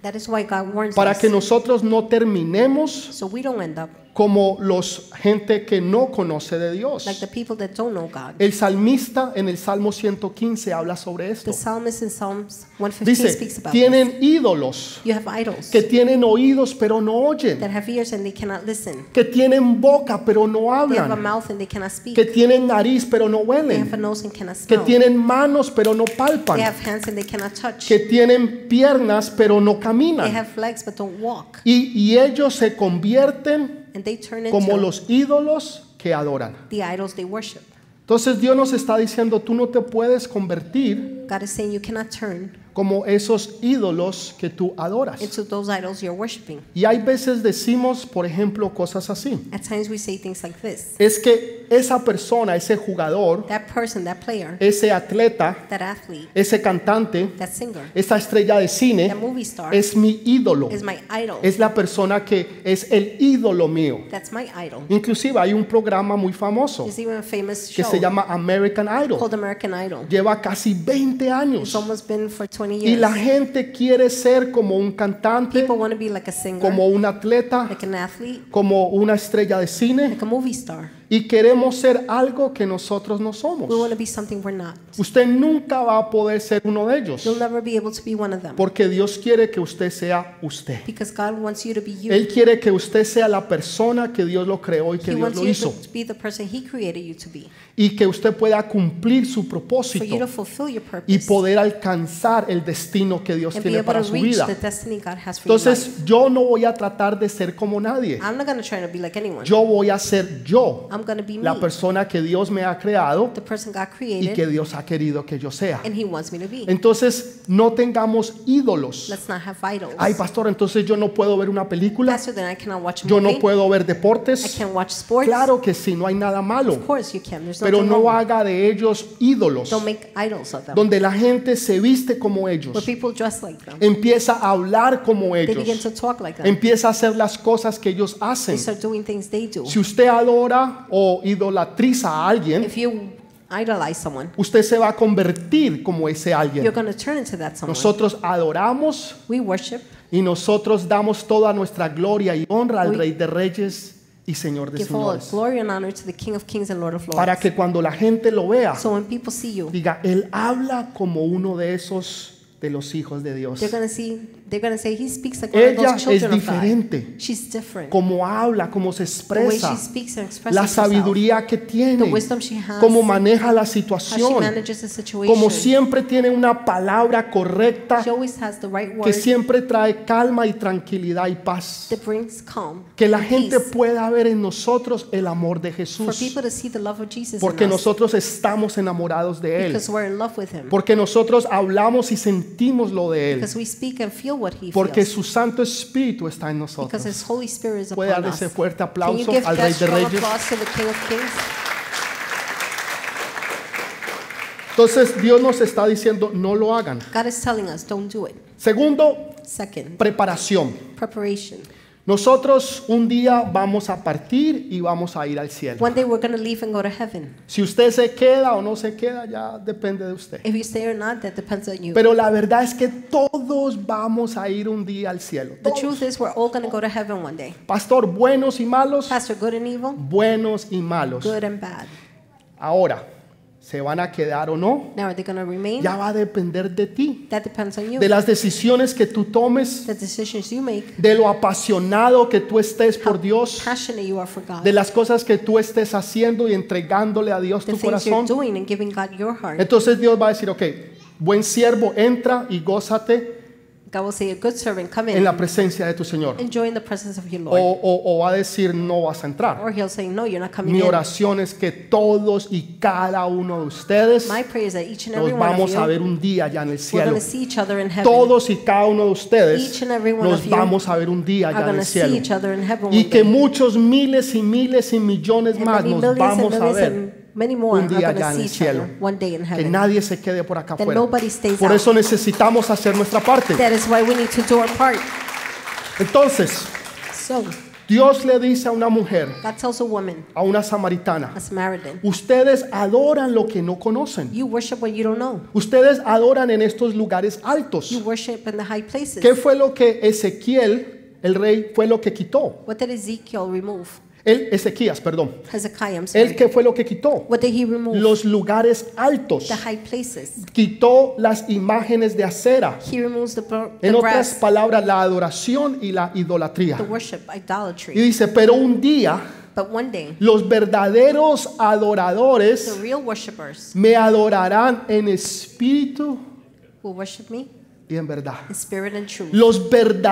S2: That is why God warns
S1: para
S2: us,
S1: que nosotros no terminemos
S2: so we don't end up
S1: como los gente que no conoce de Dios.
S2: like the people that don't know God.
S1: El salmista en el Salmo 115 habla sobre esto.
S2: The psalmist in Psalms 115 speaks
S1: Dice,
S2: about this.
S1: tienen ídolos
S2: You have idols
S1: que tienen oídos pero no oyen,
S2: that have ears and they cannot listen.
S1: que tienen boca pero no
S2: They have a
S1: hablan,
S2: mouth and they cannot speak.
S1: que tienen nariz pero no
S2: They have
S1: huelen,
S2: a nose and cannot
S1: que
S2: smell.
S1: tienen manos pero no
S2: They
S1: palpan,
S2: have hands and they cannot touch.
S1: que tienen piernas pero no
S2: They
S1: caminan.
S2: have legs but don't walk.
S1: Y, y ellos se convierten
S2: And they turn
S1: como
S2: into
S1: los ídolos que adoran.
S2: the idols they worship.
S1: Entonces Dios nos está diciendo, tú no te puedes convertir
S2: God is saying you cannot turn
S1: como esos ídolos que tú adoras.
S2: into those idols you're worshiping.
S1: Y hay veces decimos, por ejemplo, cosas así.
S2: At times we say things like this.
S1: Es que esa persona, ese jugador,
S2: That person, that player,
S1: ese atleta,
S2: that athlete,
S1: ese cantante,
S2: that singer,
S1: esa estrella de
S2: that
S1: cine,
S2: movie star
S1: es mi ídolo.
S2: is my idol.
S1: Eh, Es la persona que es el ídolo mío.
S2: That's my idol.
S1: Inclusive hay un programa muy famoso
S2: There's even a famous
S1: que se
S2: show
S1: llama American Idol.
S2: called American Idol.
S1: Lleva casi 20
S2: It's
S1: años
S2: almost been for 20
S1: y la
S2: years.
S1: gente quiere ser como un cantante,
S2: People want to be like a singer,
S1: como un atleta,
S2: like an athlete,
S1: como una estrella de cine
S2: like a movie star.
S1: y queremos ser algo que nosotros no
S2: We
S1: somos.
S2: want to be something we're not.
S1: Usted nunca va a poder ser uno de ellos
S2: You'll never be able to be one of them.
S1: porque Dios quiere que usted sea usted.
S2: Because God wants you to be you.
S1: Él quiere que usted sea la persona que Dios lo creó y que
S2: He
S1: Dios
S2: wants
S1: lo
S2: you
S1: hizo
S2: to be the person He created you to be.
S1: y que usted pueda cumplir su
S2: For you
S1: propósito
S2: to fulfill
S1: y
S2: your purpose
S1: poder alcanzar el destino que Dios
S2: and be
S1: tiene
S2: able to
S1: para su
S2: reach
S1: vida.
S2: the destiny God has for your life.
S1: Entonces yo no voy a tratar de ser como nadie.
S2: I'm not going to try to be like anyone.
S1: Yo voy a ser yo,
S2: I'm going to be
S1: la
S2: me,
S1: persona que Dios me ha creado
S2: the person God
S1: y que
S2: created
S1: Dios ha querido que yo sea.
S2: and He wants me to be.
S1: Entonces no tengamos ídolos.
S2: Let's not have idols.
S1: Ay, pastor, entonces yo no puedo ver una película,
S2: Faster than I cannot watch a
S1: yo no
S2: movie.
S1: puedo ver
S2: I
S1: deportes.
S2: can't watch sports.
S1: Claro que sí, no hay nada
S2: Of
S1: malo,
S2: course you can. There's
S1: pero
S2: nothing
S1: no
S2: wrong.
S1: haga de ellos ídolos,
S2: Don't make idols of them.
S1: donde la gente se viste como
S2: Where
S1: ellos,
S2: people dress like them.
S1: empieza a hablar como
S2: They begin
S1: ellos,
S2: to talk like them.
S1: empieza a hacer las cosas que ellos
S2: They
S1: hacen.
S2: start doing things they do.
S1: Si usted adora o idolatriza a alguien,
S2: If you idolize someone,
S1: usted se va a convertir como ese
S2: you're
S1: alguien.
S2: going to turn into that someone.
S1: Nosotros adoramos
S2: We worship,
S1: y nosotros damos toda nuestra gloria y honra al
S2: We-
S1: Rey de Reyes y Señor de
S2: give all
S1: Señores.
S2: glory and honor to the King of Kings and Lord of
S1: Para
S2: Lords.
S1: que cuando la gente lo vea,
S2: So when people see you,
S1: diga, Él habla como uno de esos de los hijos de Dios.
S2: they're going to see They're going to say he speaks like one of
S1: Ella
S2: those
S1: es
S2: children of God.
S1: diferente.
S2: She's different.
S1: Cómo habla, cómo se
S2: The way
S1: expresa,
S2: she speaks and expresses
S1: la
S2: herself,
S1: sabiduría que
S2: the
S1: tiene,
S2: wisdom she has,
S1: cómo maneja la
S2: how she
S1: situación,
S2: manages the situation.
S1: como siempre tiene una palabra correcta
S2: she always has the right
S1: que
S2: words
S1: siempre trae calma y tranquilidad y paz.
S2: that brings calm.
S1: Que la
S2: and
S1: gente
S2: peace,
S1: pueda ver en nosotros el amor de
S2: for
S1: Jesús,
S2: people to see the love of Jesus
S1: porque
S2: in us,
S1: nosotros estamos enamorados de Él,
S2: because we're in love with him,
S1: porque nosotros hablamos y sentimos lo de Él,
S2: because we speak and feel what he
S1: porque
S2: feels,
S1: su Santo Espíritu está en
S2: because
S1: nosotros.
S2: his Holy Spirit is
S1: Puede
S2: upon
S1: darle
S2: us.
S1: ese fuerte
S2: Can you
S1: aplauso
S2: give
S1: al
S2: that
S1: Rey de
S2: strong
S1: Reyes.
S2: applause to the King of Kings?
S1: Entonces Dios nos está diciendo, no lo hagan.
S2: God is telling us, don't do it.
S1: Segundo,
S2: Second,
S1: preparación.
S2: preparation.
S1: Nosotros un día vamos a partir y vamos a ir al cielo.
S2: One day we're going to leave and go to heaven.
S1: Si usted se queda o no se queda, ya depende de usted.
S2: If you stay or not, that depends on you.
S1: Pero la verdad es que todos vamos a ir un día al cielo.
S2: The
S1: Todos.
S2: truth is, we're all going to go to heaven one day.
S1: Pastor, buenos y malos.
S2: Pastor, good and evil,
S1: Buenos y malos.
S2: good and bad.
S1: Ahora, ¿se van a quedar o no?
S2: Now, are they going to remain?
S1: Ya va a depender de ti,
S2: That depends on you.
S1: de las decisiones que tú tomes,
S2: The decisions you make,
S1: de lo apasionado que tú estés por Dios,
S2: passionate you are for God.
S1: de las cosas que tú estés haciendo y entregándole a Dios
S2: The
S1: tu
S2: things you're
S1: corazón.
S2: doing and giving God your heart.
S1: Entonces Dios va a decir, ok, buen siervo, entra y gózate
S2: God will say, a good servant, come
S1: en
S2: in,
S1: la presencia de tu Señor.
S2: enjoy in the presence of your
S1: O,
S2: Lord.
S1: o- o va a decir, no vas a entrar.
S2: Or he'll say, no, you're not coming
S1: Oh, Mi
S2: in.
S1: oración es que todos y cada uno de ustedes
S2: My prayer is that each and every
S1: nos
S2: one of
S1: vamos
S2: you,
S1: a ver un día allá en el
S2: we're going
S1: cielo.
S2: to see each other in heaven.
S1: Todos y cada uno de ustedes
S2: Each and every one of
S1: nos
S2: you
S1: vamos a ver un día
S2: Are
S1: allá en
S2: going to
S1: el
S2: see
S1: cielo.
S2: each other in heaven
S1: Y
S2: one
S1: que
S2: day.
S1: muchos miles y miles y millones
S2: And
S1: más
S2: many
S1: nos
S2: millions and
S1: vamos a
S2: millions
S1: ver.
S2: and many more
S1: un
S2: are
S1: día
S2: going
S1: allá en
S2: to see
S1: el
S2: each other
S1: cielo.
S2: one day in
S1: Que
S2: heaven.
S1: nadie se quede por acá
S2: That
S1: afuera.
S2: nobody stays
S1: Por
S2: out.
S1: eso necesitamos hacer nuestra parte.
S2: That is why we need to do our part.
S1: Entonces,
S2: So,
S1: Dios le dice a una mujer,
S2: God tells a woman,
S1: a una samaritana,
S2: a Samaritan,
S1: ustedes adoran lo que no conocen.
S2: you worship what you don't know.
S1: Ustedes adoran en estos lugares
S2: You
S1: altos.
S2: worship in the high places.
S1: ¿Qué fue lo que Ezequiel, el rey, fue lo que quitó?
S2: What did Ezekiel remove?
S1: Él, Ezequías, perdón.
S2: Hezekiah, I'm
S1: Él
S2: sorry.
S1: que fue lo que quitó.
S2: What did he remove?
S1: Los lugares altos.
S2: The high places.
S1: Quitó las imágenes de acera.
S2: He removes the, bro- the
S1: En otras
S2: brass,
S1: palabras, la adoración y la idolatría.
S2: the worship,
S1: Y
S2: idolatry.
S1: dice, pero un día
S2: But one day,
S1: los verdaderos
S2: the
S1: adoradores
S2: real worshipers
S1: me adorarán en espíritu
S2: will worship me
S1: y en verdad.
S2: in spirit and truth.
S1: Los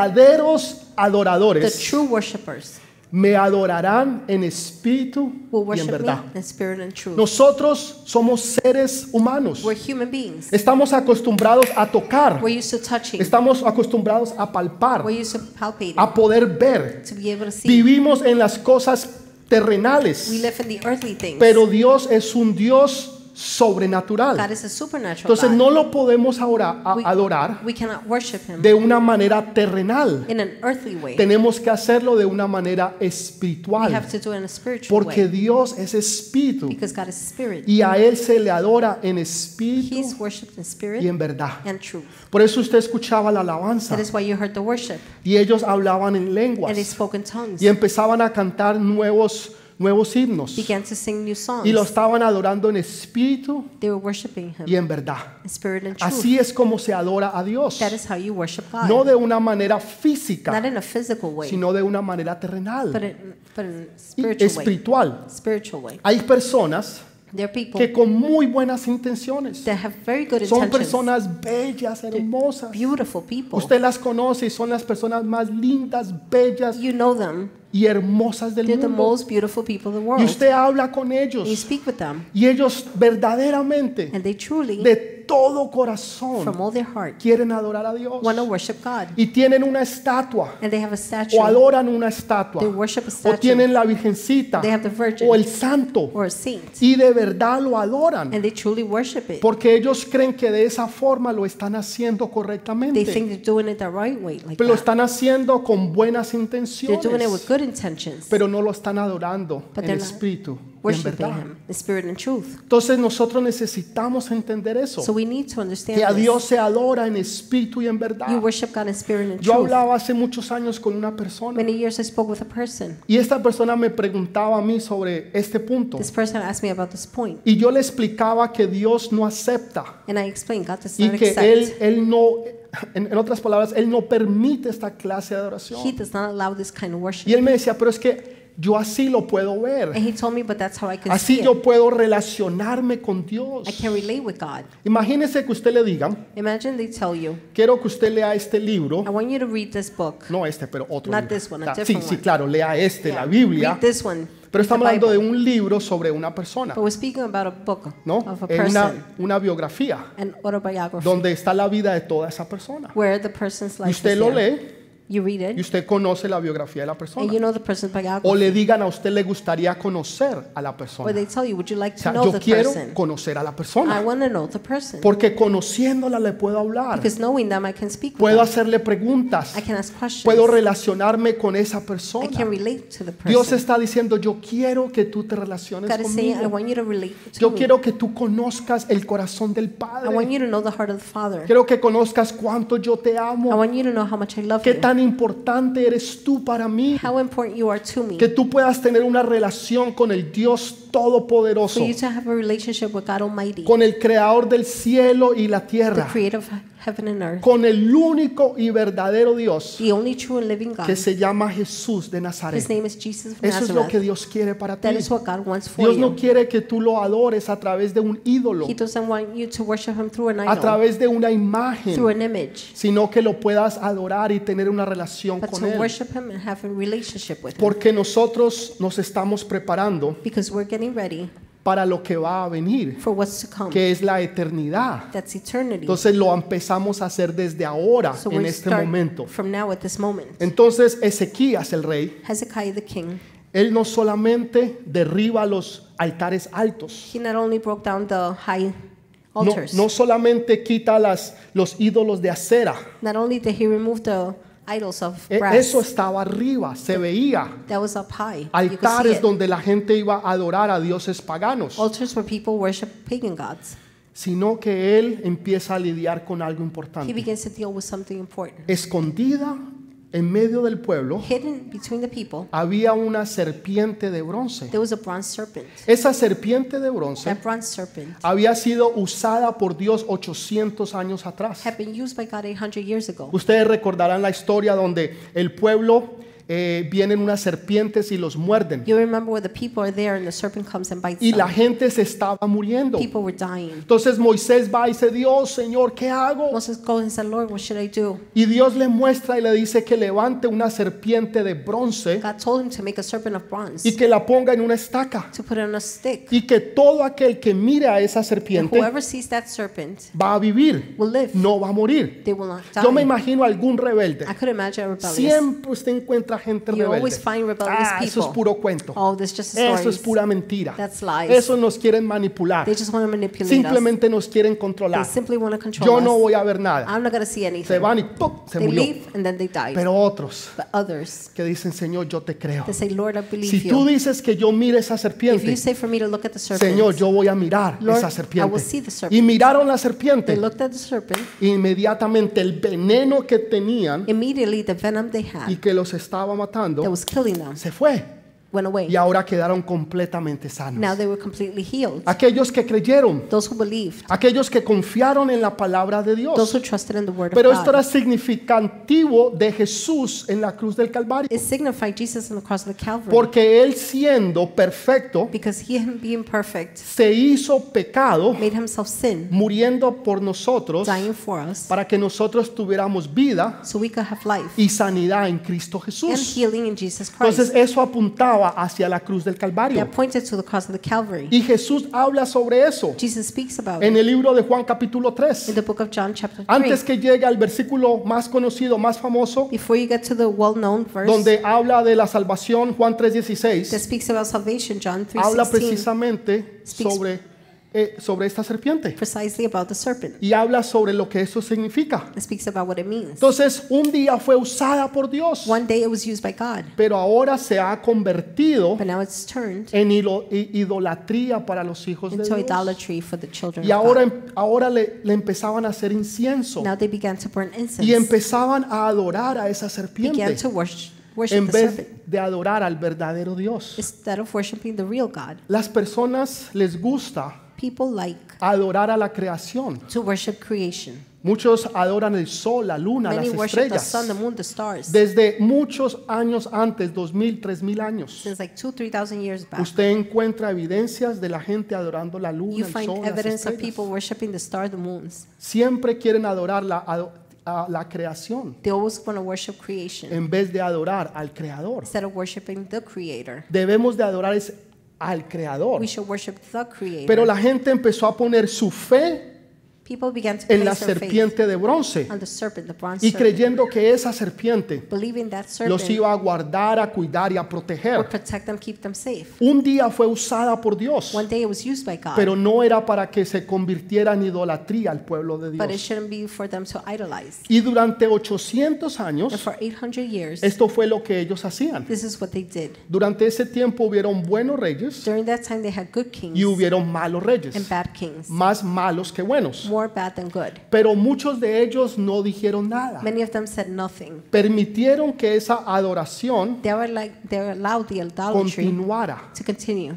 S1: verdaderos
S2: The
S1: adoradores
S2: true worshipers
S1: me adorarán en espíritu
S2: will
S1: y en
S2: worship me
S1: verdad.
S2: in spirit and truth.
S1: Nosotros somos seres humanos.
S2: We're human beings.
S1: Estamos acostumbrados a tocar.
S2: We're used to touching.
S1: Estamos acostumbrados a palpar,
S2: We're used to palpating.
S1: a poder ver.
S2: To be able to see.
S1: Vivimos en las cosas
S2: We
S1: terrenales,
S2: live in the earthly things.
S1: pero Dios es un Dios
S2: God
S1: sobrenatural.
S2: is a supernatural
S1: Entonces
S2: God.
S1: no lo podemos ahora- a-
S2: We-
S1: adorar
S2: We cannot worship Him
S1: de una manera terrenal.
S2: in an earthly way.
S1: Tenemos que hacerlo de una manera
S2: We
S1: espiritual,
S2: have to do it in a spiritual
S1: porque
S2: way.
S1: Dios es espíritu
S2: Because God is spirit.
S1: y a Él se le adora en espíritu
S2: He's worshipped in
S1: y en Ah.
S2: spirit
S1: verdad.
S2: and truth.
S1: Por eso usted escuchaba la alabanza
S2: That is why you heard the worship.
S1: y ellos hablaban en
S2: And they
S1: lenguas
S2: spoke in tongues.
S1: y empezaban a cantar nuevos nuevos himnos
S2: Began to sing new songs.
S1: y lo estaban adorando en espíritu
S2: They were worshiping Him
S1: y en verdad.
S2: in spirit and truth.
S1: Así es como se adora a Dios,
S2: That is how you worship
S1: no
S2: God.
S1: de una manera
S2: Not
S1: física,
S2: in a physical way,
S1: sino de una manera
S2: but
S1: terrenal
S2: in, but in
S1: y
S2: a spiritual way.
S1: espiritual.
S2: Spiritual way.
S1: Hay personas
S2: There are people
S1: que con muy buenas intenciones
S2: that have very good
S1: son
S2: intentions.
S1: personas bellas, hermosas.
S2: Beautiful people.
S1: Usted las conoce y son las personas más lindas, bellas
S2: You know them.
S1: y hermosas del
S2: They're the
S1: mundo.
S2: most beautiful people in the world.
S1: Y usted habla con
S2: And you
S1: ellos
S2: speak with them,
S1: y ellos verdaderamente,
S2: and they truly,
S1: de todo
S2: from
S1: corazón,
S2: all their heart,
S1: quieren adorar a Dios.
S2: want to worship God.
S1: Y tienen una estatua
S2: And they have a statue.
S1: o adoran una
S2: They
S1: estatua
S2: worship a
S1: o
S2: statue
S1: tienen la Virgencita
S2: They have the Virgin.
S1: o el Santo
S2: or a saint.
S1: y de verdad lo adoran.
S2: And they truly worship it.
S1: Porque ellos creen que de esa forma lo están haciendo
S2: They
S1: correctamente.
S2: think they're doing it the right way. Like
S1: Pero lo
S2: that.
S1: están haciendo con buenas
S2: They're doing it with
S1: intenciones.
S2: good intentions,
S1: Pero no lo están adorando
S2: But
S1: en
S2: they're not
S1: espíritu y en
S2: worshiping
S1: verdad.
S2: Him in spirit and truth.
S1: Entonces nosotros necesitamos entender
S2: So
S1: eso.
S2: we need to understand
S1: Que a
S2: this.
S1: Dios se adora en espíritu y en
S2: You
S1: verdad.
S2: worship God in spirit and
S1: Yo
S2: truth.
S1: hablaba hace muchos años con una persona
S2: Many years I spoke with a person.
S1: y esta persona me preguntaba a mí sobre este punto.
S2: This person asked me about this point,
S1: Y yo le explicaba que Dios no acepta
S2: and I explained God does
S1: y
S2: not
S1: que
S2: accept.
S1: Él, él no en, en otras palabras, él no permite esta clase de
S2: He
S1: adoración.
S2: does not allow this kind of
S1: Y
S2: worship.
S1: él me decía, pero es que yo así lo puedo
S2: And
S1: ver.
S2: he told me, but that's how I can
S1: Así
S2: see
S1: yo
S2: it.
S1: puedo relacionarme con Dios.
S2: I can relate with God.
S1: Imagínese que usted le diga,
S2: Imagine they tell you,
S1: quiero que usted lea este libro.
S2: I want you to read this book.
S1: No este, pero otro.
S2: Not
S1: libro.
S2: this one, a
S1: Ah, sí,
S2: different
S1: sí,
S2: one.
S1: claro, lea este, la Biblia.
S2: Read this one.
S1: Pero estamos
S2: the
S1: hablando de
S2: Bible.
S1: un libro sobre una persona,
S2: But we're speaking about a book
S1: ¿no?
S2: of a
S1: Es
S2: person,
S1: una, una biografía
S2: an autobiography,
S1: donde está la vida de toda esa persona.
S2: where the person's
S1: Y
S2: life
S1: usted
S2: is
S1: lo
S2: there.
S1: lee
S2: You read it,
S1: y usted conoce la biografía de la
S2: and you
S1: persona.
S2: know the person's
S1: O
S2: biography.
S1: le digan a usted le gustaría conocer a la
S2: Or
S1: persona.
S2: they tell you, would you like
S1: O
S2: to
S1: sea,
S2: know
S1: yo
S2: the
S1: quiero
S2: person?
S1: conocer a la
S2: I
S1: persona
S2: want to know the person.
S1: porque conociéndola le puedo hablar,
S2: Because knowing them, I can speak with
S1: puedo
S2: them.
S1: hacerle preguntas,
S2: I can ask questions.
S1: puedo relacionarme con esa
S2: I can
S1: persona.
S2: relate to the person.
S1: Dios está diciendo, yo quiero que tú te relaciones
S2: God is saying, I
S1: conmigo.
S2: want you to relate to
S1: Yo
S2: me.
S1: quiero que tú conozcas el corazón del
S2: I want
S1: Padre.
S2: you to know the heart of the Father.
S1: Quiero que conozcas cuánto yo te
S2: I
S1: amo.
S2: want you to know how much I love
S1: Qué
S2: you.
S1: tan importante eres tú para mí.
S2: How important you are to me.
S1: Que tú puedas tener una relación con el Dios
S2: For
S1: Todopoderoso,
S2: you to have a relationship with God Almighty,
S1: con el Creador del cielo y la
S2: the
S1: tierra,
S2: creator of heaven and earth,
S1: con el único y verdadero Dios
S2: the only true and living God.
S1: que se llama Jesús de
S2: His
S1: Nazaret.
S2: name is Jesus of
S1: Eso es lo que
S2: Nazareth.
S1: Dios quiere para ti.
S2: That is what God wants for
S1: Dios no
S2: you.
S1: quiere que tú lo adores a través de un ídolo,
S2: He doesn't want you to worship Him through an
S1: a
S2: idol,
S1: través de una imagen.
S2: through an image,
S1: sino que lo puedas adorar y tener una relación
S2: but
S1: con
S2: to
S1: Él.
S2: worship Him and have a relationship with Him.
S1: Porque nosotros nos estamos preparando
S2: Because we're getting ready
S1: para lo que va a venir,
S2: for what's to come.
S1: que es la eternidad.
S2: That's eternity.
S1: Entonces lo empezamos a hacer desde ahora,
S2: So
S1: en
S2: we're
S1: este
S2: starting
S1: momento.
S2: from now at this moment.
S1: Entonces Ezequías, el rey,
S2: Hezekiah the king,
S1: él no solamente derriba los altares altos,
S2: he not only broke down the high
S1: no,
S2: altars,
S1: no solamente quita las, los ídolos de acera,
S2: not only did he remove the idols of
S1: e-
S2: brass,
S1: eso estaba arriba, se veía.
S2: that was up high. You could see
S1: Altares
S2: it.
S1: donde la gente iba a adorar a dioses paganos.
S2: Altars where people worship pagan gods.
S1: sino que él empieza a lidiar con algo
S2: He
S1: importante.
S2: begins to deal with something important.
S1: Escondida en medio del pueblo
S2: Hidden between the people,
S1: había una serpiente de bronce.
S2: there was a bronze serpent.
S1: Esa serpiente de bronce
S2: That bronze serpent
S1: había sido usada por Dios 800 años atrás.
S2: had been used by God 800 years ago.
S1: Ustedes recordarán la historia donde el pueblo eh, vienen unas serpientes y los muerden.
S2: You remember where the people are there and the serpent comes and bites
S1: Y la
S2: them.
S1: gente se estaba muriendo.
S2: People were dying.
S1: Entonces Moisés va y dice, Dios, Señor, ¿qué hago?
S2: Moses goes and said, Lord, what should I do?
S1: Y Dios le muestra y le dice que levante una serpiente de bronce
S2: God told him to make a serpent of bronze,
S1: y que la ponga en una estaca
S2: to put it on a stick.
S1: y que todo aquel que mire a esa
S2: And
S1: serpiente
S2: whoever sees that serpent
S1: va a vivir,
S2: will live.
S1: no va a morir.
S2: They will not
S1: Yo me
S2: die.
S1: imagino algún rebelde.
S2: I could imagine a rebellious.
S1: Siempre usted encuentra gente
S2: You always
S1: rebelde.
S2: find rebellious
S1: Ah, eso es
S2: people.
S1: puro cuento.
S2: Oh, there's just
S1: Eso es
S2: stories.
S1: pura mentira.
S2: That's lies.
S1: Eso nos quieren manipular.
S2: They just want to manipulate us.
S1: Simplemente nos quieren
S2: They
S1: controlar.
S2: simply want to control
S1: Yo
S2: us.
S1: no voy a ver nada.
S2: I'm not going to see anything.
S1: Se van y ¡pum! se
S2: they
S1: murió.
S2: leave and then they die.
S1: Pero otros
S2: but others,
S1: que dicen, Señor, yo te creo.
S2: they say, Lord, I believe
S1: Si
S2: you.
S1: tú dices que yo mire esa
S2: if
S1: serpiente,
S2: you say for me to look at the serpent,
S1: Señor, yo voy a mirar
S2: Lord,
S1: esa
S2: I
S1: serpiente.
S2: will see the serpent.
S1: Y miraron la
S2: they
S1: serpiente.
S2: looked at the serpent.
S1: Inmediatamente el veneno que tenían
S2: Immediately, the venom they
S1: y
S2: had
S1: que los estaba
S2: that
S1: matando
S2: was killing them
S1: se fue.
S2: went away.
S1: Y ahora quedaron completamente
S2: Now
S1: sanos.
S2: they were completely healed.
S1: Aquellos que creyeron,
S2: Those who believed,
S1: aquellos que confiaron en la palabra de
S2: those
S1: Dios.
S2: who trusted in the word
S1: Pero
S2: of
S1: esto
S2: God.
S1: era significativo de Jesús en la cruz del Calvario.
S2: it signified Jesus on the cross of the Calvary
S1: Porque Él siendo perfecto,
S2: because he, him being perfect,
S1: se hizo pecado
S2: made himself sin,
S1: muriendo por nosotros
S2: dying for us,
S1: para que nosotros tuviéramos vida
S2: so we could have life
S1: y sanidad en Cristo
S2: and
S1: Jesús.
S2: healing in Jesus Christ.
S1: Entonces eso apuntaba hacia la cruz del Calvario.
S2: that pointed to the cross of the Calvary.
S1: Y Jesús habla sobre eso
S2: Jesus speaks about
S1: en
S2: it
S1: el libro de Juan capítulo
S2: in
S1: 3.
S2: the book of John chapter 3.
S1: Antes que llegue al versículo más conocido, más famoso,
S2: Before you get to the well-known verse
S1: donde habla de la salvación, Juan
S2: that
S1: 3:16,
S2: speaks about salvation, John
S1: habla
S2: 3.16,
S1: precisamente
S2: Speaks-
S1: sobre, eh, sobre esta serpiente
S2: precisely about the serpent.
S1: y habla sobre lo que eso significa.
S2: It speaks about what it means.
S1: Entonces un día fue usada por Dios,
S2: One day it was used by God,
S1: pero ahora se ha convertido
S2: but now it's turned
S1: en ilo- i- idolatría para los hijos de
S2: into
S1: Dios.
S2: idolatry for the children
S1: Y
S2: of
S1: ahora,
S2: God.
S1: em- ahora le, le empezaban a hacer incienso
S2: Now they began to burn
S1: y
S2: incense,
S1: empezaban a adorar a esa
S2: began
S1: serpiente
S2: to worship, worship
S1: en
S2: the
S1: vez
S2: serpent
S1: de adorar al verdadero Dios.
S2: instead of worshiping the real God.
S1: Las personas les gusta
S2: people like
S1: adorar a la creación.
S2: to worship creation.
S1: Muchos adoran el sol, la luna,
S2: Many
S1: las
S2: worship the sun, the
S1: estrellas.
S2: moon, the stars.
S1: Desde muchos años antes, 2000, 3000 años,
S2: Since like two, three thousand years back,
S1: usted encuentra evidencias de la gente adorando la
S2: you
S1: luna, el
S2: find
S1: sol, las
S2: evidence of people
S1: estrellas.
S2: worshiping the star, the moons.
S1: Siempre quieren adorar la, ado- a la creación
S2: They always want to worship creation
S1: en vez de adorar al creador.
S2: instead of worshiping the creator.
S1: Debemos de adorar es al creador.
S2: We should worship the
S1: Pero
S2: creator.
S1: la gente empezó a poner su fe
S2: People began to
S1: en la
S2: place their faith
S1: serpiente de bronce
S2: on the serpent, the bronze
S1: y
S2: serpent,
S1: creyendo que esa serpiente
S2: believing that
S1: los
S2: serpent
S1: iba a guardar, a cuidar y a
S2: would
S1: proteger.
S2: protect them, keep them safe.
S1: Un día fue usada por Dios,
S2: One day it was used by God,
S1: pero no era para que se convirtiera en idolatría al pueblo de
S2: but it
S1: Dios.
S2: shouldn't be for them to idolize.
S1: Y durante 800
S2: And
S1: años,
S2: for 800 years,
S1: esto fue lo que ellos hacían.
S2: this is what they did.
S1: Durante ese tiempo hubieron buenos reyes
S2: During that time, they had good kings
S1: y hubieron malos
S2: and
S1: reyes,
S2: bad kings,
S1: más malos que buenos.
S2: more bad than good.
S1: Pero muchos de ellos no dijeron nada.
S2: Many of them said nothing.
S1: Permitieron que esa adoración
S2: They were like they were allowed the idolatry
S1: continuara.
S2: to continue.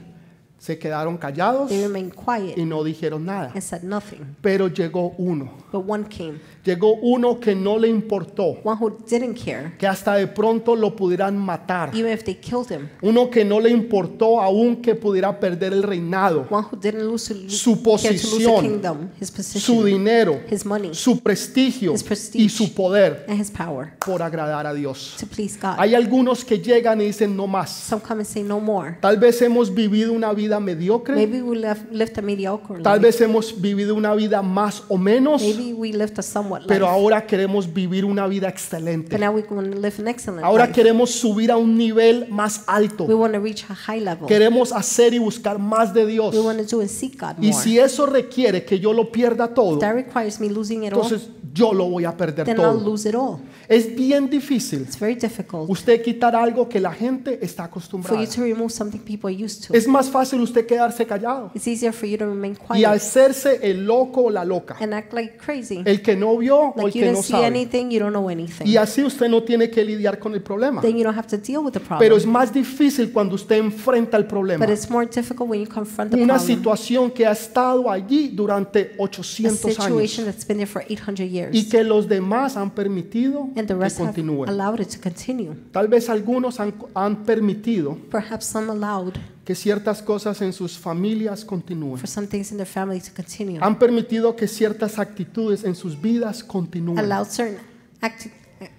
S1: Se quedaron callados
S2: They remained
S1: y
S2: quiet
S1: no dijeron nada.
S2: and said nothing.
S1: Pero llegó uno.
S2: But one came,
S1: Llegó uno que no le importó.
S2: one who didn't care,
S1: que hasta de pronto lo pudieran matar.
S2: even if they killed him,
S1: Uno que no le importó aún que pudiera perder el reinado,
S2: one who didn't lose to,
S1: Su
S2: care to lose
S1: posición,
S2: a kingdom, his
S1: su
S2: position,
S1: dinero,
S2: his money,
S1: su prestigio
S2: His prestige.
S1: y su poder
S2: and his power
S1: por agradar a Dios.
S2: to please God.
S1: Hay algunos que llegan y dicen no más.
S2: Some come and say no more.
S1: Tal vez hemos vivido una vida mediocre,
S2: Maybe we live, lived a mediocre
S1: tal
S2: life.
S1: vez hemos vivido una vida más o menos,
S2: Maybe we lived a somewhat
S1: pero
S2: life.
S1: ahora queremos vivir una vida
S2: But
S1: excelente.
S2: now we want to live an excellent
S1: Ahora
S2: life.
S1: queremos subir a un nivel más
S2: We
S1: alto.
S2: want to reach a high level.
S1: Queremos hacer y buscar más de
S2: We
S1: Dios.
S2: want to do and seek God
S1: Y
S2: more.
S1: si eso requiere que yo lo pierda todo,
S2: That requires me losing it all.
S1: entonces yo lo voy a perder
S2: Then I'll
S1: todo.
S2: lose it all.
S1: Es bien difícil
S2: It's very difficult
S1: usted quitar algo que la gente está
S2: for
S1: acostumbrada.
S2: you to remove something people are used to.
S1: Es más fácil usted quedarse callado
S2: It's easier for you to remain
S1: y
S2: quiet
S1: hacerse el loco o la loca,
S2: and act like crazy.
S1: el que no vio o el
S2: Like you
S1: que
S2: don't
S1: no
S2: see
S1: sabe.
S2: anything, you don't know
S1: Y
S2: anything.
S1: así usted no tiene que lidiar con el problema.
S2: Then you don't have to deal with the
S1: Pero es
S2: problem.
S1: más difícil cuando usted enfrenta el problema.
S2: But it's more difficult when you confront the
S1: Una
S2: problem.
S1: situación que ha estado allí durante
S2: A
S1: 800 años
S2: situation that's been there for 800
S1: y
S2: years.
S1: que los demás han permitido
S2: And the
S1: que
S2: rest have
S1: continúe.
S2: allowed it to continue.
S1: Tal vez algunos han, han permitido
S2: Perhaps some allowed
S1: que ciertas cosas en sus familias continúen.
S2: for some things in their family to continue.
S1: Han permitido que ciertas actitudes en sus vidas continúen.
S2: allowed certain acti- eh,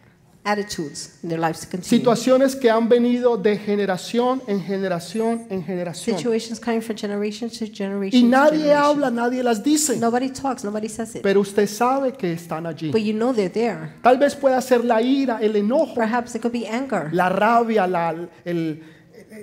S2: attitudes in their lives to continue.
S1: Situaciones que han venido de generación en generación en generación.
S2: Situations coming from generation to generation.
S1: Y
S2: to
S1: nadie
S2: generation.
S1: habla, nadie las dice.
S2: Nobody talks, nobody says it.
S1: Pero usted sabe que están allí.
S2: but you know they're there.
S1: Tal vez pueda ser la ira, el enojo,
S2: Perhaps it could be anger,
S1: la rabia, la, el-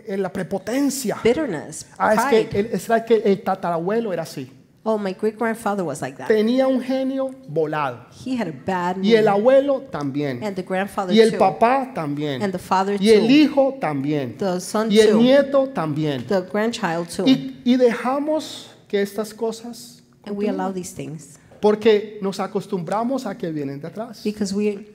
S1: el- la prepotencia.
S2: bitterness,
S1: Ah, es
S2: pride.
S1: que, el, es la que el tatarabuelo era así.
S2: oh, my great grandfather was like that.
S1: Tenía un genio volado.
S2: he had a bad
S1: Y el
S2: mood.
S1: abuelo también.
S2: Mm. and the grandfather
S1: Y el
S2: too.
S1: papá también.
S2: and the father
S1: Y el
S2: too.
S1: hijo también.
S2: the son
S1: Y el
S2: too.
S1: nieto también.
S2: the grandchild too.
S1: Y, y dejamos que estas cosas,
S2: and we allow these things
S1: porque nos acostumbramos a que vienen de atrás.
S2: because we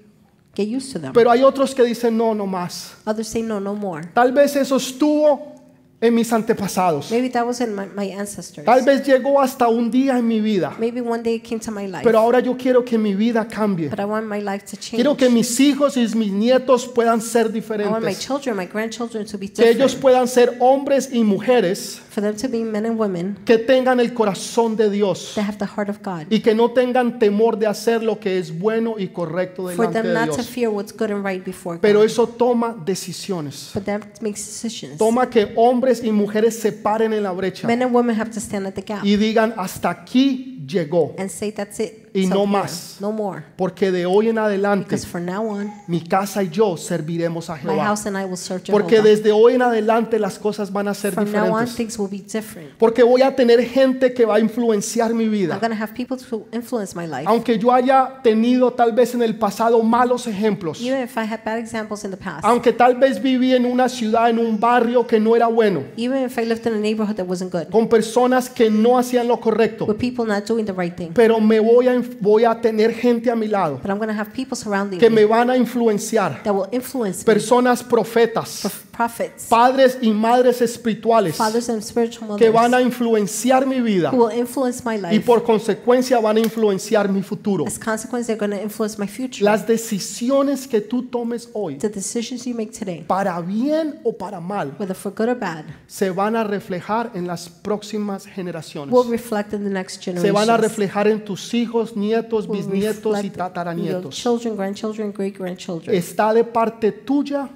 S2: get used to them.
S1: Pero hay otros que dicen, no, no más.
S2: Others say no, no more.
S1: Tal vez eso estuvo en mis antepasados.
S2: Maybe that was in my, my ancestors.
S1: Tal vez llegó hasta un día en mi vida.
S2: Maybe one day it came to my life.
S1: Pero ahora yo quiero que mi vida cambie.
S2: But I want my life to change.
S1: Quiero que mis hijos y mis nietos puedan ser
S2: I want my
S1: diferentes.
S2: children, my grandchildren to be
S1: Que
S2: different.
S1: ellos puedan ser hombres y mujeres
S2: for them to be men and women
S1: que tengan el corazón de Dios
S2: that have the heart of God.
S1: y que no tengan temor de hacer lo que es bueno y correcto
S2: for
S1: delante
S2: them
S1: de
S2: not to
S1: Dios.
S2: fear what's good and right before
S1: Pero
S2: God.
S1: eso toma decisiones.
S2: But that makes decisions.
S1: Toma que hombres y mujeres se paren en la brecha
S2: Men and women have to stand at the gap
S1: y digan hasta aquí llegó,
S2: and say that's it.
S1: Y
S2: It's
S1: no
S2: up here.
S1: más.
S2: No more.
S1: porque de hoy en adelante
S2: Because from now on,
S1: mi casa y yo serviremos a
S2: my
S1: Jehová.
S2: house and I will serve Jehovah.
S1: Porque desde hoy en adelante las cosas van a ser
S2: from now on,
S1: diferentes.
S2: things will be different.
S1: Porque voy a tener gente que va a influenciar mi vida.
S2: I'm going to have people to influence my life.
S1: Aunque yo haya tenido tal vez en el pasado malos ejemplos.
S2: Even if I had bad examples in the past.
S1: Aunque tal vez viví en una ciudad, en un barrio que no era bueno.
S2: Even if I lived in a neighborhood that wasn't good.
S1: Con personas que no hacían lo correcto.
S2: With people not doing the right thing.
S1: Pero me voy a, inf- voy a tener gente a mi lado.
S2: But I'm going to have people surrounding
S1: Que
S2: me
S1: me van a influenciar.
S2: that will influence me.
S1: Personas profetas.
S2: prophets,
S1: padres y madres espirituales
S2: fathers and spiritual mothers
S1: que van a influenciar mi vida
S2: who will influence my
S1: y
S2: life.
S1: por consecuencia van a influenciar mi futuro.
S2: As consequence, they're going to influence my future.
S1: Las decisiones que tú tomes hoy,
S2: the decisions you make today,
S1: para bien o para mal,
S2: whether for good or bad,
S1: se van a reflejar en las próximas generaciones.
S2: will reflect in the next
S1: Se
S2: generation.
S1: van a reflejar en tus hijos, nietos, bisnietos y tataranietos.
S2: children, grandchildren, great grandchildren.
S1: Está de parte tuya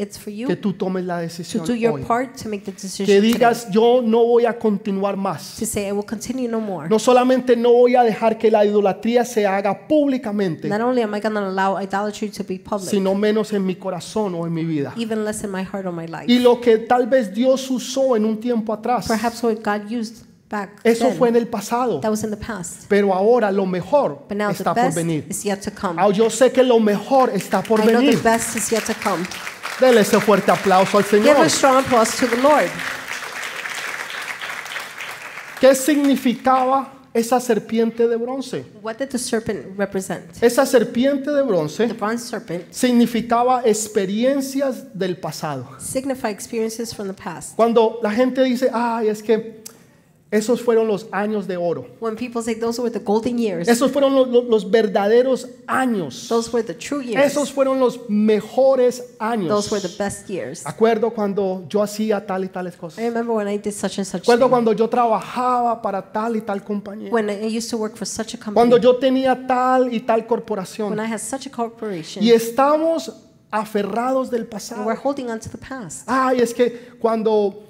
S2: It's for you
S1: que tú tomes la
S2: to
S1: decisión
S2: do your
S1: hoy.
S2: part to make the decision
S1: Que
S2: today.
S1: digas, yo no voy a continuar más.
S2: to say I will continue no more.
S1: No solamente no voy a dejar que la idolatría se haga públicamente,
S2: Not only am I going to allow idolatry to be public,
S1: sino menos en mi corazón o en mi vida.
S2: even less in my heart or my life.
S1: Y lo que tal vez Dios usó en un tiempo atrás,
S2: Perhaps what God used back
S1: eso
S2: then,
S1: fue en el pasado.
S2: that was in the past.
S1: Pero ahora lo mejor
S2: But now
S1: está
S2: the
S1: por
S2: best
S1: venir.
S2: is yet to come.
S1: Ah, yo sé que lo mejor está por
S2: I know
S1: venir.
S2: the best is yet to come.
S1: Dele ese fuerte aplauso al Señor.
S2: Give a strong applause to the Lord.
S1: ¿Qué significaba esa serpiente de bronce?
S2: What did the serpent represent?
S1: Esa serpiente de
S2: The
S1: bronce
S2: bronze serpent
S1: significaba experiencias del pasado.
S2: signify experiences from the past.
S1: Cuando la gente dice, ay, es que esos fueron los años de oro.
S2: When people say those were the golden years,
S1: Esos fueron los, los- los verdaderos años.
S2: those were the true years,
S1: Esos fueron los mejores años. Ah.
S2: those were the best years.
S1: Acuerdo cuando yo hacía tal y tales cosas.
S2: I remember when I did such and such.
S1: Recuerdo
S2: Thing.
S1: cuando yo trabajaba para tal y tal compañía.
S2: When I used to work for such a
S1: Cuando
S2: company,
S1: yo tenía tal y tal
S2: when
S1: corporación.
S2: I had such a corporation,
S1: Y estamos aferrados del
S2: and we're
S1: pasado.
S2: holding on to the past.
S1: Ay, es que cuando,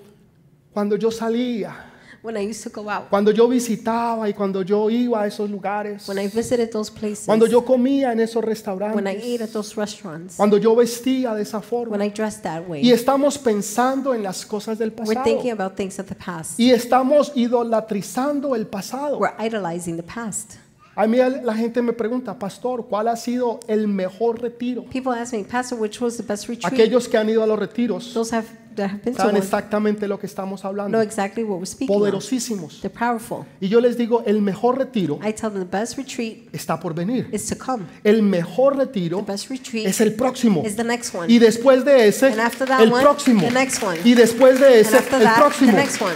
S1: cuando yo salía,
S2: When I used to go out,
S1: cuando yo visitaba y cuando yo iba a esos lugares,
S2: when I visited those places,
S1: cuando yo comía en esos
S2: when I
S1: restaurantes,
S2: ate at those restaurants,
S1: cuando yo vestía de esa
S2: when
S1: forma.
S2: I dressed that
S1: Y
S2: way,
S1: estamos pensando en las cosas del
S2: we're
S1: pasado.
S2: thinking about things of the past.
S1: Y estamos idolatrizando el pasado.
S2: We're idolizing the past.
S1: A mí la gente me pregunta, pastor, ¿cuál ha sido el mejor retiro?
S2: People ask me, Pastor, which was the best retreat?
S1: Aquellos que han ido a los retiros
S2: Those have, that have been to
S1: saben
S2: one
S1: exactamente lo que estamos
S2: know
S1: hablando.
S2: exactly what we're speaking of.
S1: Poderosísimos.
S2: They're powerful.
S1: Y yo les digo, el mejor retiro
S2: I tell them the best retreat
S1: está por venir.
S2: is to come.
S1: El mejor
S2: The
S1: retiro
S2: best retreat
S1: es el próximo.
S2: is the next one.
S1: Y después de ese,
S2: And after that
S1: el
S2: one,
S1: próximo.
S2: the next one.
S1: Y después de
S2: and
S1: ese,
S2: after
S1: el
S2: that, the
S1: próximo.
S2: next one.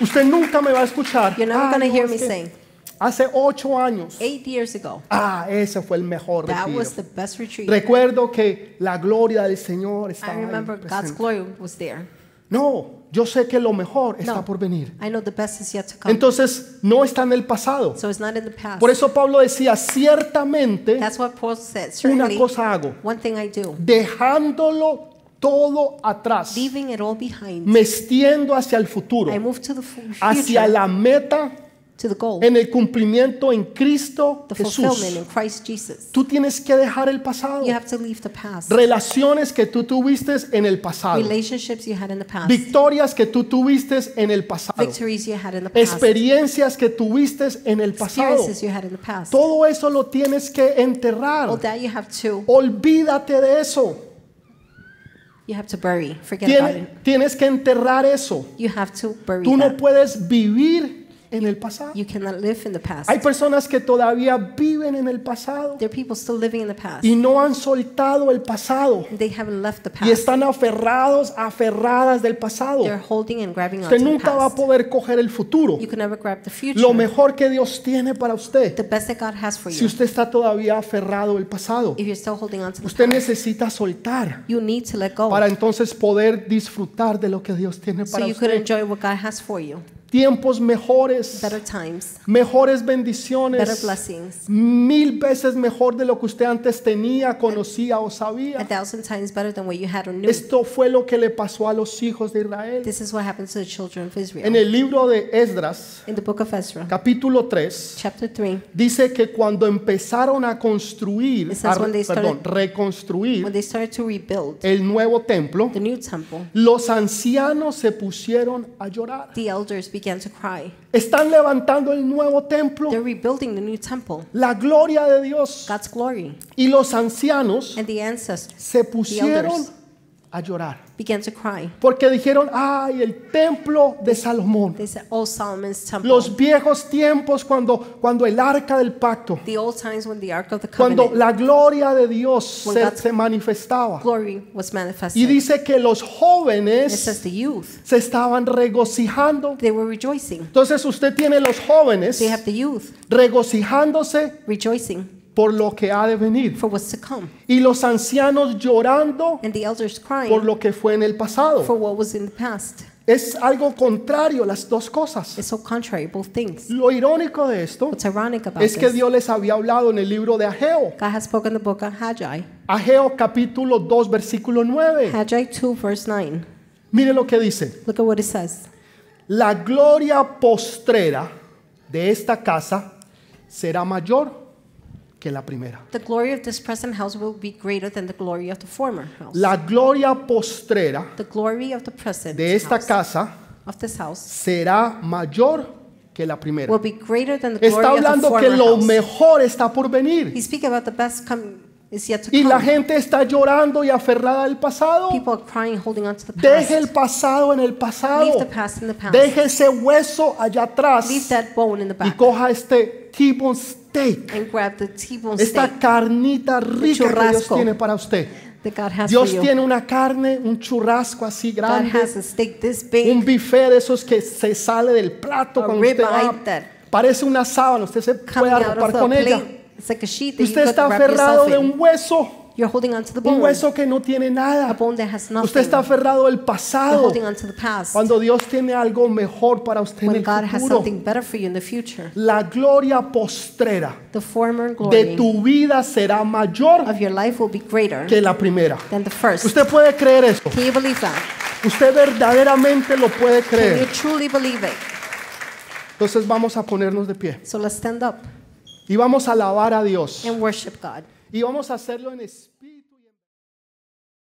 S1: Usted nunca me va a escuchar.
S2: You're never
S1: "Ah,
S2: going to
S1: no,
S2: hear
S1: es
S2: me
S1: que
S2: saying,
S1: Hace ocho años.
S2: eight years ago,
S1: Ah, ese fue el mejor
S2: that
S1: retiro.
S2: was the best retreat.
S1: Recuerdo que la gloria del Señor
S2: I
S1: estaba ahí
S2: remember God's
S1: presente.
S2: glory was there.
S1: No, yo sé que lo mejor está
S2: No.
S1: por venir.
S2: I know the best is yet to come.
S1: Entonces, no está en el pasado.
S2: so it's not in the past.
S1: Por eso Pablo decía, ciertamente
S2: That's what Paul said.
S1: una
S2: Certainly,
S1: cosa hago,
S2: one thing I do,
S1: dejándolo todo atrás,
S2: leaving it all behind,
S1: me extiendo hacia el futuro,
S2: I move to the fu-
S1: hacia
S2: future,
S1: la meta
S2: to the goal,
S1: en el cumplimiento en Cristo
S2: the fulfillment
S1: Jesús.
S2: in Christ Jesus.
S1: Tú tienes que dejar el pasado,
S2: You have to leave the past.
S1: relaciones que tú tuviste en el pasado,
S2: relationships you had in the past,
S1: victorias que tú tuviste en el pasado,
S2: victories you had in the past,
S1: experiencias que tuviste en el pasado.
S2: experiences you had in the past.
S1: Todo eso lo tienes que
S2: All
S1: enterrar.
S2: that you have to,
S1: Olvídate de eso.
S2: you have to bury. Forget about
S1: Tiene-
S2: it.
S1: tienes que enterrar eso.
S2: You have to bury
S1: Tú no
S2: that.
S1: puedes vivir en el pasado.
S2: You cannot live in the past.
S1: Hay personas que todavía viven en el pasado
S2: There are people still living in the past.
S1: y no han soltado el pasado
S2: They haven't left the past.
S1: y están aferrados, aferradas del pasado.
S2: They're holding and grabbing onto
S1: Usted
S2: the
S1: nunca va a
S2: past.
S1: poder coger el futuro.
S2: You can never grab the future.
S1: Lo mejor que Dios tiene para usted,
S2: the best that God has for
S1: si
S2: you.
S1: usted está todavía aferrado al pasado,
S2: If you're still holding on to the
S1: usted
S2: past,
S1: necesita soltar
S2: you need to let go
S1: para entonces poder disfrutar de lo que Dios tiene
S2: so
S1: para
S2: you could
S1: usted.
S2: enjoy what God has for you.
S1: Tiempos mejores,
S2: Better times,
S1: mejores
S2: better
S1: bendiciones,
S2: blessings,
S1: mil veces mejor de lo que usted antes tenía, conocía o
S2: a
S1: sabía.
S2: thousand times better than what you had or knew.
S1: Esto fue lo que le pasó a los hijos de Israel.
S2: This is what happens to the children of Israel.
S1: En el libro de Esdras,
S2: In the book of Ezra,
S1: capítulo 3,
S2: chapter 3,
S1: dice que cuando empezaron a construir,
S2: It says
S1: a-
S2: when they started-
S1: perdón,
S2: when
S1: reconstruir
S2: they started to rebuild
S1: el nuevo templo,
S2: the new temple,
S1: los ancianos se pusieron a llorar.
S2: the elders began to cry.
S1: Están levantando el nuevo templo,
S2: They're rebuilding the new temple,
S1: la gloria de Dios.
S2: God's glory,
S1: Y los ancianos
S2: and the ancestors,
S1: se
S2: the elders,
S1: pusieron a llorar.
S2: began to cry.
S1: Porque dijeron, ay, el templo de Salomón.
S2: They said, Oh, Solomon's temple.
S1: Los viejos tiempos cuando, cuando el arca del pacto,
S2: the old times when the Ark of the Covenant
S1: cuando la gloria de Dios se, se manifestaba.
S2: glory was manifested.
S1: Y dice que los
S2: it says
S1: jóvenes
S2: the youth,
S1: se estaban regocijando.
S2: they were rejoicing.
S1: Entonces usted tiene los jóvenes
S2: They have the youth
S1: regocijándose
S2: rejoicing
S1: por lo que ha de venir.
S2: for what's to come,
S1: Y los ancianos llorando
S2: and the elders
S1: por
S2: crying
S1: lo que fue en el pasado.
S2: for what was in the past.
S1: Es algo contrario las dos cosas.
S2: It's so contrary, both things.
S1: Lo irónico de esto
S2: What's ironic about
S1: es que
S2: this?
S1: Dios les había hablado en el libro de Ageo.
S2: God has spoken the book on Haggai,
S1: Ageo capítulo 2 versículo 9.
S2: Haggai 2, verse 9.
S1: Mire lo que dice.
S2: Look at what it says.
S1: La gloria postrera de esta casa será mayor que la primera.
S2: The glory of this present house will be greater than the glory of the former house.
S1: La gloria postrera
S2: the glory of the present
S1: de esta
S2: house,
S1: casa
S2: of this house
S1: será mayor que la primera.
S2: will be greater than the glory
S1: Está
S2: of the
S1: hablando que
S2: former
S1: lo
S2: house.
S1: mejor está por venir.
S2: He speaks about the best come is yet to
S1: Y
S2: come.
S1: la gente está llorando y aferrada al pasado.
S2: People are crying, holding on to the past.
S1: Deje el pasado en el
S2: Leave the
S1: pasado.
S2: past in the past.
S1: Deje ese hueso allá atrás
S2: Leave that bone in the
S1: y
S2: back
S1: coja este T-bone steak,
S2: and grab the T-bone
S1: esta
S2: steak
S1: carnita rica que Dios
S2: churrasco.
S1: tiene para usted.
S2: that God has
S1: Dios
S2: for you.
S1: tiene una carne, un churrasco así
S2: God
S1: grande,
S2: has a steak this big.
S1: un buffet de esos que se sale del plato
S2: A
S1: cuando usted
S2: ribeye
S1: va,
S2: that-
S1: parece una sábana, usted se puede
S2: coming out
S1: arropar
S2: of the
S1: con ella.
S2: plate. It's like a sheet that
S1: Usted
S2: you
S1: está
S2: got to wrap
S1: aferrado
S2: yourself
S1: de
S2: in.
S1: un hueso,
S2: You're holding on to the bone.
S1: un hueso que no tiene
S2: A
S1: nada.
S2: bone that has nothing.
S1: Usted está aferrado del
S2: You're
S1: pasado.
S2: holding on to the past.
S1: Cuando Dios tiene algo mejor para usted en
S2: when
S1: el
S2: God has
S1: futuro,
S2: something better for you in the future.
S1: la gloria postrera
S2: The former glory
S1: de tu vida será mayor
S2: of your life will be greater
S1: que la primera.
S2: than the first.
S1: Usted puede creer eso.
S2: Can you believe that?
S1: Usted verdaderamente lo puede
S2: Can you
S1: creer.
S2: truly believe it?
S1: Entonces vamos a ponernos de pie
S2: So let's stand up
S1: y vamos a alabar a Dios
S2: and worship God.
S1: y vamos a hacerlo en espíritu.